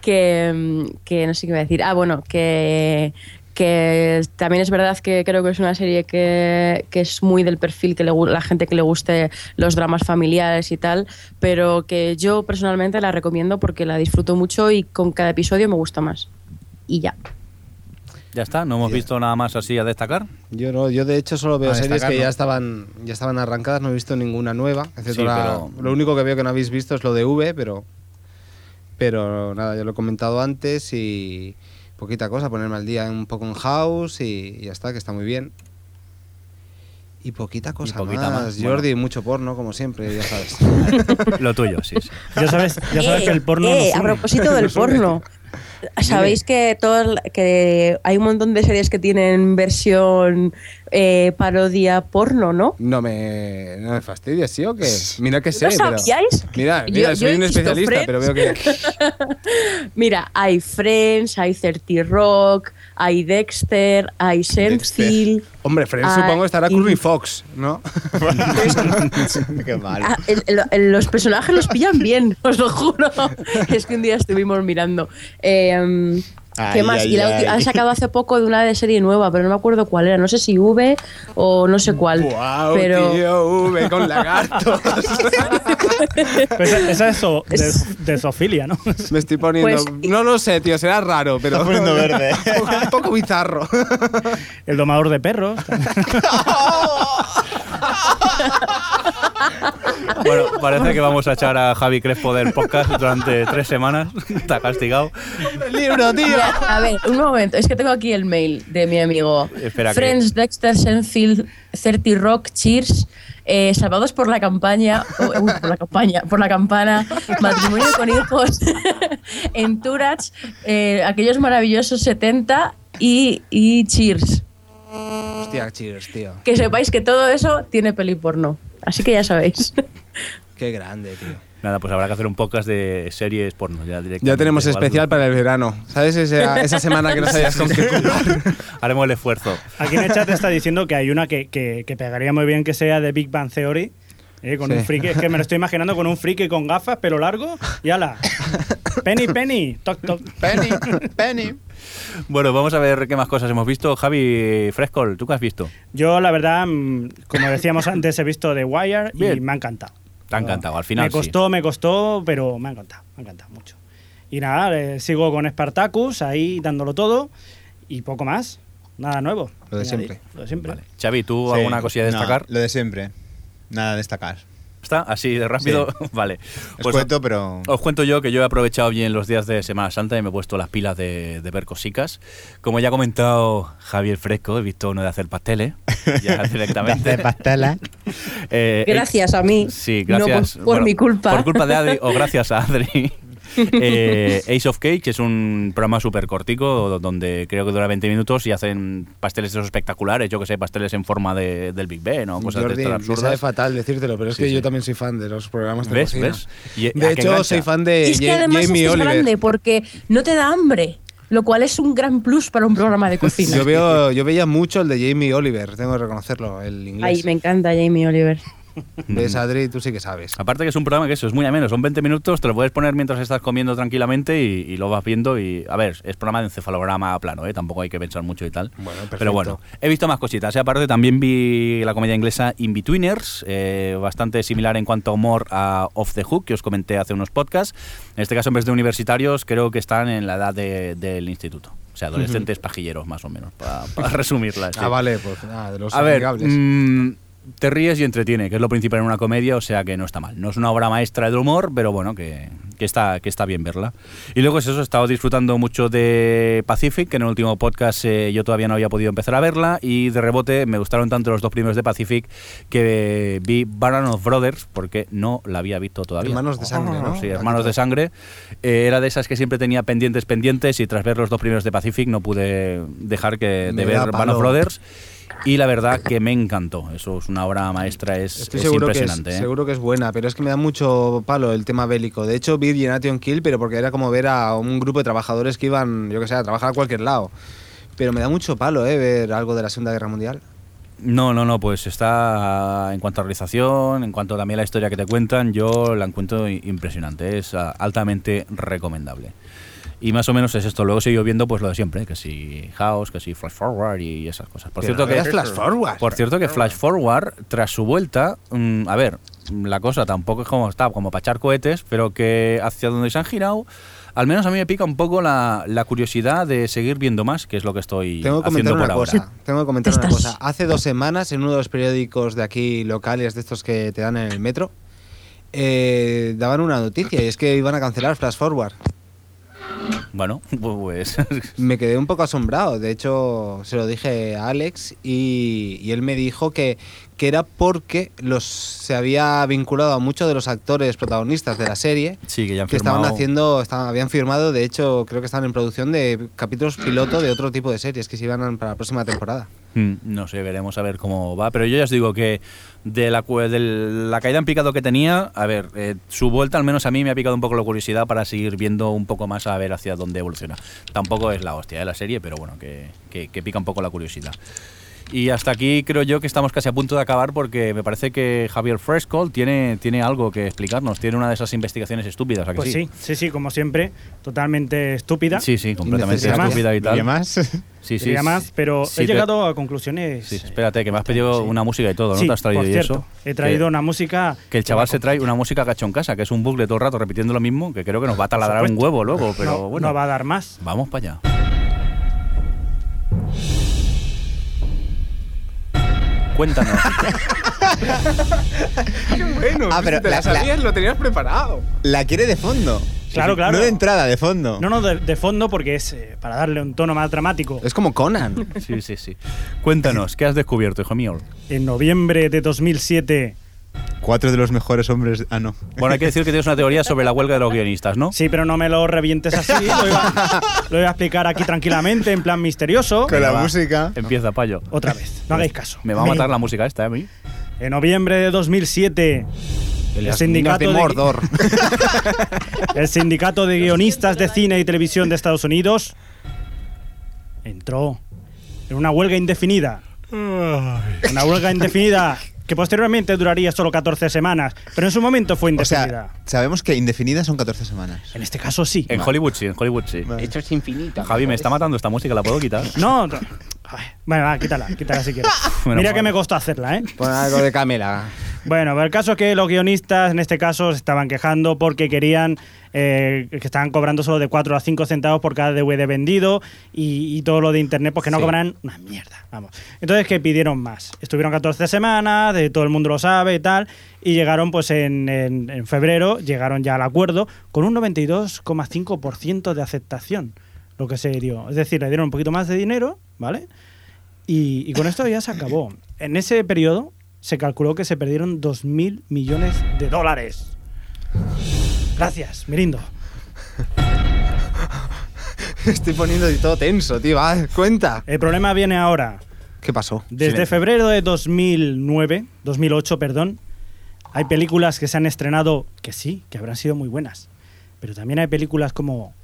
que, mm, que no sé qué iba a decir. Ah, bueno, que, que también es verdad que creo que es una serie que, que es muy del perfil que le, gu- la gente que le guste los dramas familiares y tal, pero que yo personalmente la recomiendo porque la disfruto mucho y con cada episodio me gusta más. Y ya.
Ya está, no hemos visto nada más así a destacar.
Yo no, yo de hecho solo veo
A
series
destacar,
que
¿no?
ya estaban, ya estaban arrancadas, no he visto ninguna nueva. excepto
Sí,
la-
pero-
Lo único que veo que no habéis visto es lo de V, pero. Pero nada, yo lo he comentado antes y. Poquita cosa, ponerme al día un poco en house y, ya está, que está muy bien. Y poquita cosa
poquita
más.
más,
Jordi, mucho porno, como siempre, ya sabes.
*laughs* Lo tuyo, sí. sí.
Ya sabes, ya sabes
Eh,
que el
*laughs*
porno.
eh,
nos
a
une.
propósito
*laughs*
del
Nos une.
porno. Sabéis que todo, que hay un montón de series que tienen versión eh, parodia porno, ¿no?
No me, no me fastidies, ¿sí o qué? Mira que sé,
¿No
pero-
sabíais?
Mira,
Yo-
mira,
yo
soy
he
un
visto
especialista,
Friends.
pero veo que.
Mira, hay Friends, hay 30 Rock, hay Dexter, hay Senfil.
Hombre, Friends
Ah,
supongo estará
y-
Kirby Fox,
*laughs*
¿no?
Qué mal.
Ah, el- el- los personajes los pillan bien, *laughs* os lo juro. Es que un día estuvimos mirando. Eh, ¿Qué
Ay,
más?
ay,
y la
ay.
ulti- han sacado hace poco de una de serie nueva, pero no me acuerdo cuál era. No sé si V o no sé cuál.
¡Wow,
pero
tío! ¡V con
*laughs*
lagartos!
Pues esa, esa es so- de,
Es-
de zoofilia, ¿no? *laughs*
Me estoy poniendo...
Pues-
no lo sé, tío, será raro, pero... *laughs*
Está poniendo verde.
Un poco bizarro.
El domador de perros.
*laughs* Bueno, parece que vamos a echar a Javi Crespo del podcast durante tres semanas. *laughs* Está castigado.
¡Libro, tío!
Mira, a ver, un momento. Es que tengo aquí el mail de mi amigo.
Espera, que-
Friends, Dexter, Senfield, 30 Rock, Cheers, eh, Salvados por la campaña, o- uy, por la campaña, por la campana, Matrimonio con hijos, *laughs* Entourage, eh, aquellos maravillosos 70 y, y Cheers.
Hostia, cheers, tío.
Que sepáis que todo eso tiene peli porno. Así que ya sabéis.
Qué grande, tío.
Nada, pues habrá que hacer un podcast de series porno. Ya, directamente.
Ya tenemos
Igual
especial para el verano. ¿Sabes
*laughs*
esa, esa semana que no sabías con qué ocupar?
Haremos el esfuerzo.
Aquí en el chat está diciendo que hay una que, que- que pegaría muy bien que sea de Big Bang Theory. eh, con
Sí.
un friki, es que me lo estoy imaginando con un friki con gafas, pelo largo y ala. Penny, Penny, toc, toc.
Penny, Penny.
Bueno, vamos a ver qué más cosas hemos visto. Javi Frescol, ¿tú qué has visto?
Yo, la verdad, mm, como decíamos antes, he visto The Wire y
Bien.
me ha encantado.
Te ha encantado, al final
Me costó, me costó, pero me ha encantado, me ha encantado mucho. Y nada, eh, sigo con Spartacus ahí dándolo todo y poco más. Nada nuevo.
Lo de
Añadir,
siempre.
Lo de siempre.
Vale. Xavi, ¿tú
Sí,
alguna cosilla a
no,
destacar?
lo de siempre. Nada a destacar.
¿Está? Así de rápido. *laughs* vale.
Os
Pues
cuento, pero.
Os cuento yo que yo he aprovechado bien los días de Semana Santa y me he puesto las pilas de, de ver cositas. Como ya ha comentado Javier Fresco, he visto uno de hacer pasteles. Ya
*laughs*
directamente.
pastela.
Eh,
Gracias a mí.
Sí,
No,
gracias.
por- por
Bueno,
mi culpa.
Por culpa de Adri, o gracias a
*laughs*
Adri. Eh, Ace of Cake es un programa súper cortico donde creo que dura 20 minutos y hacen pasteles de esos espectaculares, yo que sé, pasteles en forma de, del Big Ben o cosas
Jordi,
de estas
me sabe
absurdas.
fatal decírtelo, pero es
Sí,
que
sí.
yo también soy fan de los programas de
¿Ves?
cocina.
¿Ves? Y- ¿a qué
De hecho,
engancha?
soy fan de
Y es que
Eh, Ja-
además
Jamie
esto es
Oliver.
grande porque no te da hambre, lo cual es un gran plus para un programa de cocina.
Yo, veo, yo veía mucho el de Jamie Oliver, tengo que reconocerlo, el inglés.
Ay, me encanta Jamie Oliver.
¿Ves, Adri? Tú sí que sabes.
pues. Aparte que es un programa que eso, es muy ameno, son 20 minutos, te lo puedes poner mientras estás comiendo tranquilamente y, y lo vas viendo y, a ver, es programa de encefalograma plano, ¿eh? tampoco hay que pensar mucho y tal.
Bueno,
Pero
perfecto.
bueno, he visto más cositas, ¿eh? aparte también vi la comedia inglesa Inbetweeners, eh, bastante similar en cuanto a humor a Off the Hook, que os comenté hace unos podcasts, en este caso en vez de universitarios creo que están en la edad de- del instituto. O sea, adolescentes pajilleros, más o menos, para
*laughs*
resumirla. sí.
Ah, vale, pues nada, de los
A ver,
amigables.
mm, te ríes y entretiene, que es lo principal en una comedia, o sea que no está mal. No es una obra maestra del humor, pero bueno, que, que está, que está bien verla. Y luego es eso, he estado disfrutando mucho de Pacific, que en el último podcast eh, yo todavía no había podido empezar a verla, y de rebote me gustaron tanto los dos primeros de Pacific que vi Baron of Brothers, porque no la había visto todavía.
Hermanos de sangre, ¿no? Ah,
Sí, Hermanos de Sangre. Eh, era de esas que siempre tenía pendientes, pendientes, y tras ver los dos primeros de Pacific no pude dejar que, de
Me
ver
da
Band of
palo.
Brothers. Y la verdad que me encantó. Eso es una obra maestra, es,
Estoy
es
seguro, que es,
impresionante. ¿eh?
seguro que es buena, pero es que me da mucho palo el tema bélico. De hecho, vi Generation Kill, pero porque era como ver a un grupo de trabajadores que iban, yo que sé, a trabajar a cualquier lado. Pero me da mucho palo, ¿eh? Ver algo de la Segunda Guerra Mundial.
No, no, no, pues está en cuanto a realización, en cuanto también a la historia que te cuentan, yo la encuentro i- impresionante, es ah, altamente recomendable. Y más o menos es esto, luego sigo viendo pues lo de siempre, que si House, que si Flash Forward y esas cosas. Por
Pero
cierto
no
que
veas Flash Forward.
Por cierto que Flash Forward tras su vuelta, mm, a ver, la cosa tampoco es como está, como para echar cohetes, pero que hacia donde se han girado al menos a mí me pica un poco la, la curiosidad de seguir viendo más, que es lo que estoy
Tengo que
haciendo
comentar
por
una
ahora.
cosa. Tengo que comentar
Te
una
estás-
cosa. Hace dos semanas, en uno de los periódicos de aquí locales, de estos que te dan en el metro, eh, daban una noticia y es que iban a cancelar Flash Forward.
Bueno, *laughs* pues
Me quedé un poco asombrado. De hecho, se lo dije a Alex y, y él me dijo que, que era porque los se había vinculado a muchos de los actores protagonistas de la serie
sí, que ya han
que estaban
firmado-
haciendo, estaban- habían firmado, de hecho, creo que estaban en producción de capítulos piloto de otro tipo de series que se iban para la próxima temporada.
Mm, No sé, veremos a ver cómo va. Pero yo ya os digo que de la, cu- de la caída en picado que tenía, a ver, eh, su vuelta al menos a mí me ha picado un poco la curiosidad para seguir viendo un poco más a ver hacia dónde evoluciona. Tampoco es la hostia de la serie, pero bueno, que, que- que pica un poco la curiosidad. Y hasta aquí creo yo que estamos casi a punto de acabar porque me parece que Javier Frescol tiene, tiene algo que explicarnos. Tiene una de esas investigaciones estúpidas, ¿a que
Pues sí, sí, sí, como siempre, totalmente estúpida.
Sí, sí, completamente
Innecesaria.
estúpida y
¿Y
tal.
más?
*laughs*
Sí, sí.
diría más, pero
Sí,
he
te-
llegado a conclusiones.
Sí, espérate, que me has pedido
Sí.
una música y todo, ¿no?
Sí,
¿Te has traído
por
y
cierto,
eso?
He traído
Que-
una música.
Que el chaval se trae una música cacho en casa, que es un bucle todo el rato repitiendo lo mismo, que creo que nos va a taladrar un
supuesto.
huevo luego, pero
no,
bueno.
no va a dar más.
Vamos para allá.
*laughs*
Cuéntanos.
Bueno,
Ah, pero si te la la- la- sabías,
lo tenías preparado.
La quiere de fondo.
Claro, claro.
No de entrada, de fondo.
No, no, de, de fondo porque es eh, para darle un tono más dramático.
Es como Conan.
sí, sí, sí. Cuéntanos, ¿qué has descubierto, hijo mío?
En noviembre de 2007.
Cuatro de los mejores hombres. Ah, no.
Bueno, hay que decir que tienes una teoría sobre la huelga de los guionistas, ¿no?
Sí, pero no me lo revientes así. lo, iba, lo iba a explicar aquí tranquilamente, en plan misterioso.
Con la
va.
música.
Empieza, payo.
Otra vez, no hagáis caso.
Me va a matar la música esta, ¿eh? a mí?
En noviembre de 2007, el
Las
sindicato
minas
de-
de Mordor.
*laughs* el Sindicato de Guionistas de Cine y Televisión de Estados Unidos entró en una huelga indefinida. Una huelga indefinida que posteriormente duraría solo 14 semanas, pero en su momento fue
O
indefinida.
sea, sabemos que indefinidas son 14 semanas.
en este caso sí.
En Hollywood sí, en Hollywood sí.
Esto es infinito.
Javi, me está matando esta música, ¿la puedo
*laughs*
quitar?
No, no. Ay, Bueno, va, quítala, quítala si quieres.
Menos
Mira que
mal.
me costó hacerla, ¿eh?
Pon algo de Camela.
Bueno, pero el caso es que los guionistas en este caso se estaban quejando porque querían eh, que estaban cobrando solo de 4 a 5 centavos por cada DVD vendido y, y todo lo de internet, pues que no
Sí.
cobran una mierda, vamos. Entonces, que pidieron más. Estuvieron 14 semanas, de, todo el mundo lo sabe y tal, y llegaron pues en, en- en febrero, llegaron ya al acuerdo con un 92,5% de aceptación, lo que se dio. Es decir, le dieron un poquito más de dinero, ¿vale? Y, y con esto ya se acabó. En ese periodo se calculó que se perdieron 2.000 millones de dólares. Gracias, Mirindo.
*laughs* Estoy poniendo y todo tenso, tío. Ah, cuenta.
El problema viene ahora.
¿Qué pasó?
Desde
Silencio.
febrero de 2009, 2008, perdón, hay películas que se han estrenado que sí, que habrán sido muy buenas. Pero también hay películas como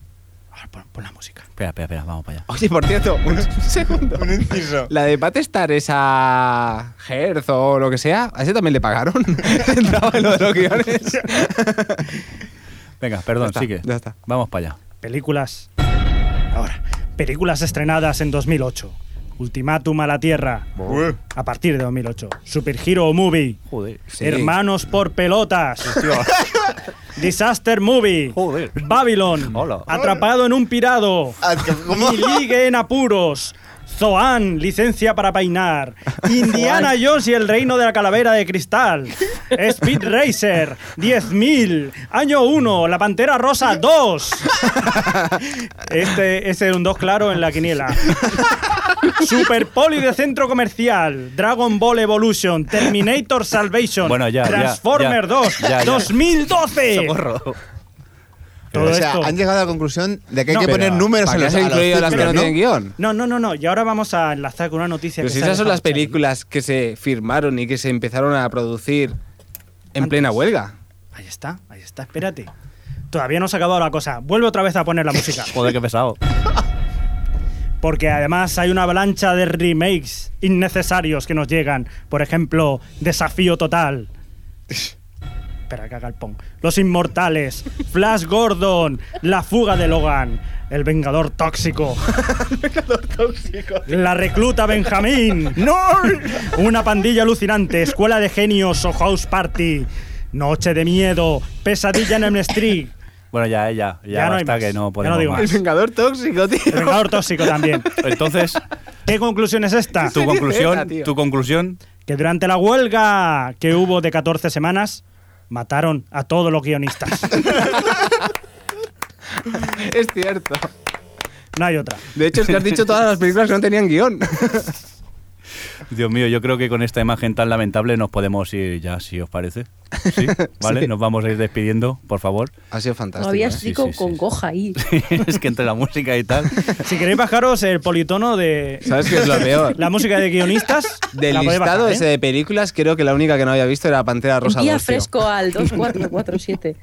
Ah, pon, pon la música.
Espera, espera, espera, vamos para allá.
Oye, por cierto, *laughs* un segundo.
Un inciso.
La de Patestar, esa Herz o lo que sea, a ese también le pagaron. *laughs* Entraba en lo de los *laughs* guiones.
Venga, perdón,
Ya está,
sigue.
ya está.
Vamos para allá.
Películas. Ahora. Películas estrenadas en 2008. Ultimátum a la Tierra. A partir de 2008. Super Hero Movie.
Joder.
Sí.
Hermanos por pelotas.
*laughs*
Disaster Movie.
Joder.
Babylon.
Hola.
Atrapado en un pirado. Mi ligue en apuros. Zoan, licencia para peinar. Indiana Jones y el reino de la calavera de cristal. Speed Racer, 10.000. Año 1, la pantera rosa 2. Este, este es un 2 claro en la quiniela. Super Poli de centro comercial, Dragon Ball Evolution, Terminator Salvation,
Bueno, ya, ya,
Transformer
ya.
2,
Ya, ya.
2012. Todo
o sea,
esto.
han llegado a la conclusión de que hay
No,
que
pero,
poner números
¿Para
en
qué
los,
has
a los
incluido las que
títulos,
no
¿no?
tienen guión?
No, no, no, no. Y ahora vamos a enlazar con una noticia.
Pero
que
si
se ha
esas son las
dejado
películas que se firmaron y que se empezaron a producir en
Antes.
plena huelga.
echar. Ahí está, ahí está. Espérate. Todavía no se ha acabado la cosa. Vuelve otra vez a poner
*laughs*
la música.
Joder, qué pesado.
Porque además hay una avalancha de remakes innecesarios que nos llegan. Por ejemplo, Desafío Total. Espera, que haga el pong. Los Inmortales, Flash Gordon, La Fuga de Logan, El Vengador Tóxico. La Recluta Benjamín. ¡No! Una pandilla alucinante, Escuela de Genios o House Party. Noche de Miedo, Pesadilla en el Street.
Bueno, ya, eh, ya, ya,
Ya no hay
basta
más.
que
Ya no
no podemos
digo
más.
El Vengador Tóxico,
El
tío. *laughs*
Vengador Tóxico también.
Entonces,
¿Qué conclusión es esta?
tu conclusión,
esa, tío?
tu conclusión,
que durante la huelga que hubo de 14 semanas, mataron a todos los
*laughs*
guionistas.
Es cierto.
No hay otra.
De hecho, es que has dicho todas las películas que no tenían guión. *laughs*
Dios mío, yo creo que con esta imagen tan lamentable nos podemos ir ya, si os parece. Sí, vale,
Sí.
nos vamos a ir despidiendo, por favor. *laughs*
Ha sido fantástico.
Todavía
¿eh?
sí,
estoy con,
sí,
con
sí.
coja ahí.
es que entre la música y tal.
Si queréis bajaros el politono de
¿Sabes qué es lo peor?
la música de guionistas,
Del
la podéis
listado
bajar, ¿eh?
ese de películas, creo que la única que no había visto era Pantera Rosa.
Envía
2, tío.
fresco
*laughs*
al 2447.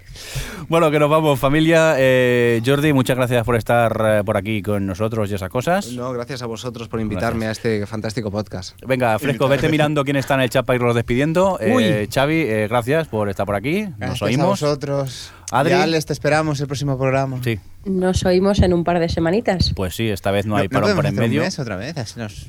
Bueno, que nos vamos, familia. Eh, Jordi, muchas gracias por estar eh, por aquí con nosotros y esas cosas.
No, gracias a vosotros por invitarme a este fantástico podcast.
Venga, Fresco,
*laughs*
vete mirando quién está en el chat para irnos despidiendo. Eh, Xavi, eh, gracias por estar por aquí. Nos
Gracias a
oímos.
vosotros.
Adri.
Ya les te esperamos el próximo programa.
Sí,
Nos oímos en un par de semanitas.
pues sí, esta vez no, hay
para
parón por en medio.
otra vez,
*laughs*
así nos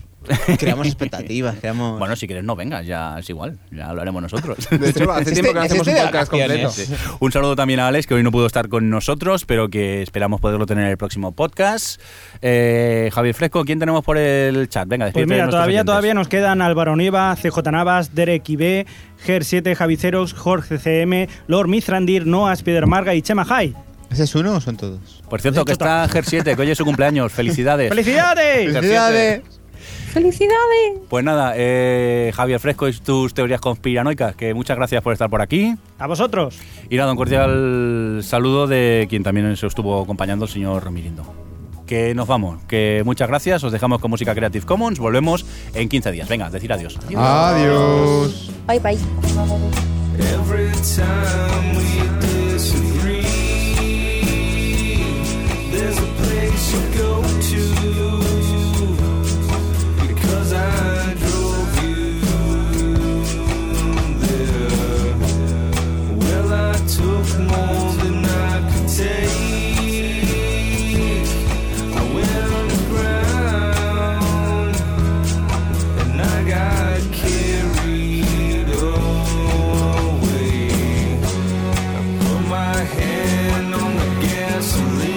creamos expectativas, creamos...
Bueno, si quieres no venga, ya es igual, ya lo haremos nosotros.
De hecho,
*laughs*
hace
Este-
tiempo que no hacemos un
este de
podcast completo.
vacaciones.
Sí. Un saludo también a Alex, que hoy no pudo estar con nosotros, pero que esperamos poderlo tener en el próximo podcast. Eh, Javier Fresco, ¿quién tenemos por el chat? Venga, despídete
Pues
Este de
mira,
nuestros
todavía,
oyentes.
todavía nos quedan Álvaro Niva, CJ Navas, Derek IB, Ger7, Javiceros, Jorge CM, Lord Mithrandir, Noah, Spider Marga y Chema High.
¿Ese es uno o son todos?
Por cierto, que está Ger7, que hoy es su
*laughs*
cumpleaños. Felicidades.
¡Felicidades!
Ger7.
¡Felicidades!
¡Felicidades!
Pues nada, eh, Javier Fresco y tus teorías conspiranoicas, que muchas gracias por estar por aquí.
A vosotros.
Y nada, un cordial saludo de quien también se estuvo acompañando, el señor Mirindo. Que nos vamos, que muchas gracias, os dejamos con música Creative Commons, volvemos en 15 días. Venga, decir adiós.
Adiós.
Bye bye.
Every time we disagree, there's a place you go to because I drove you there. Well, I took more than I could take. I went underground and I got carried away. I put my hand on the gasoline.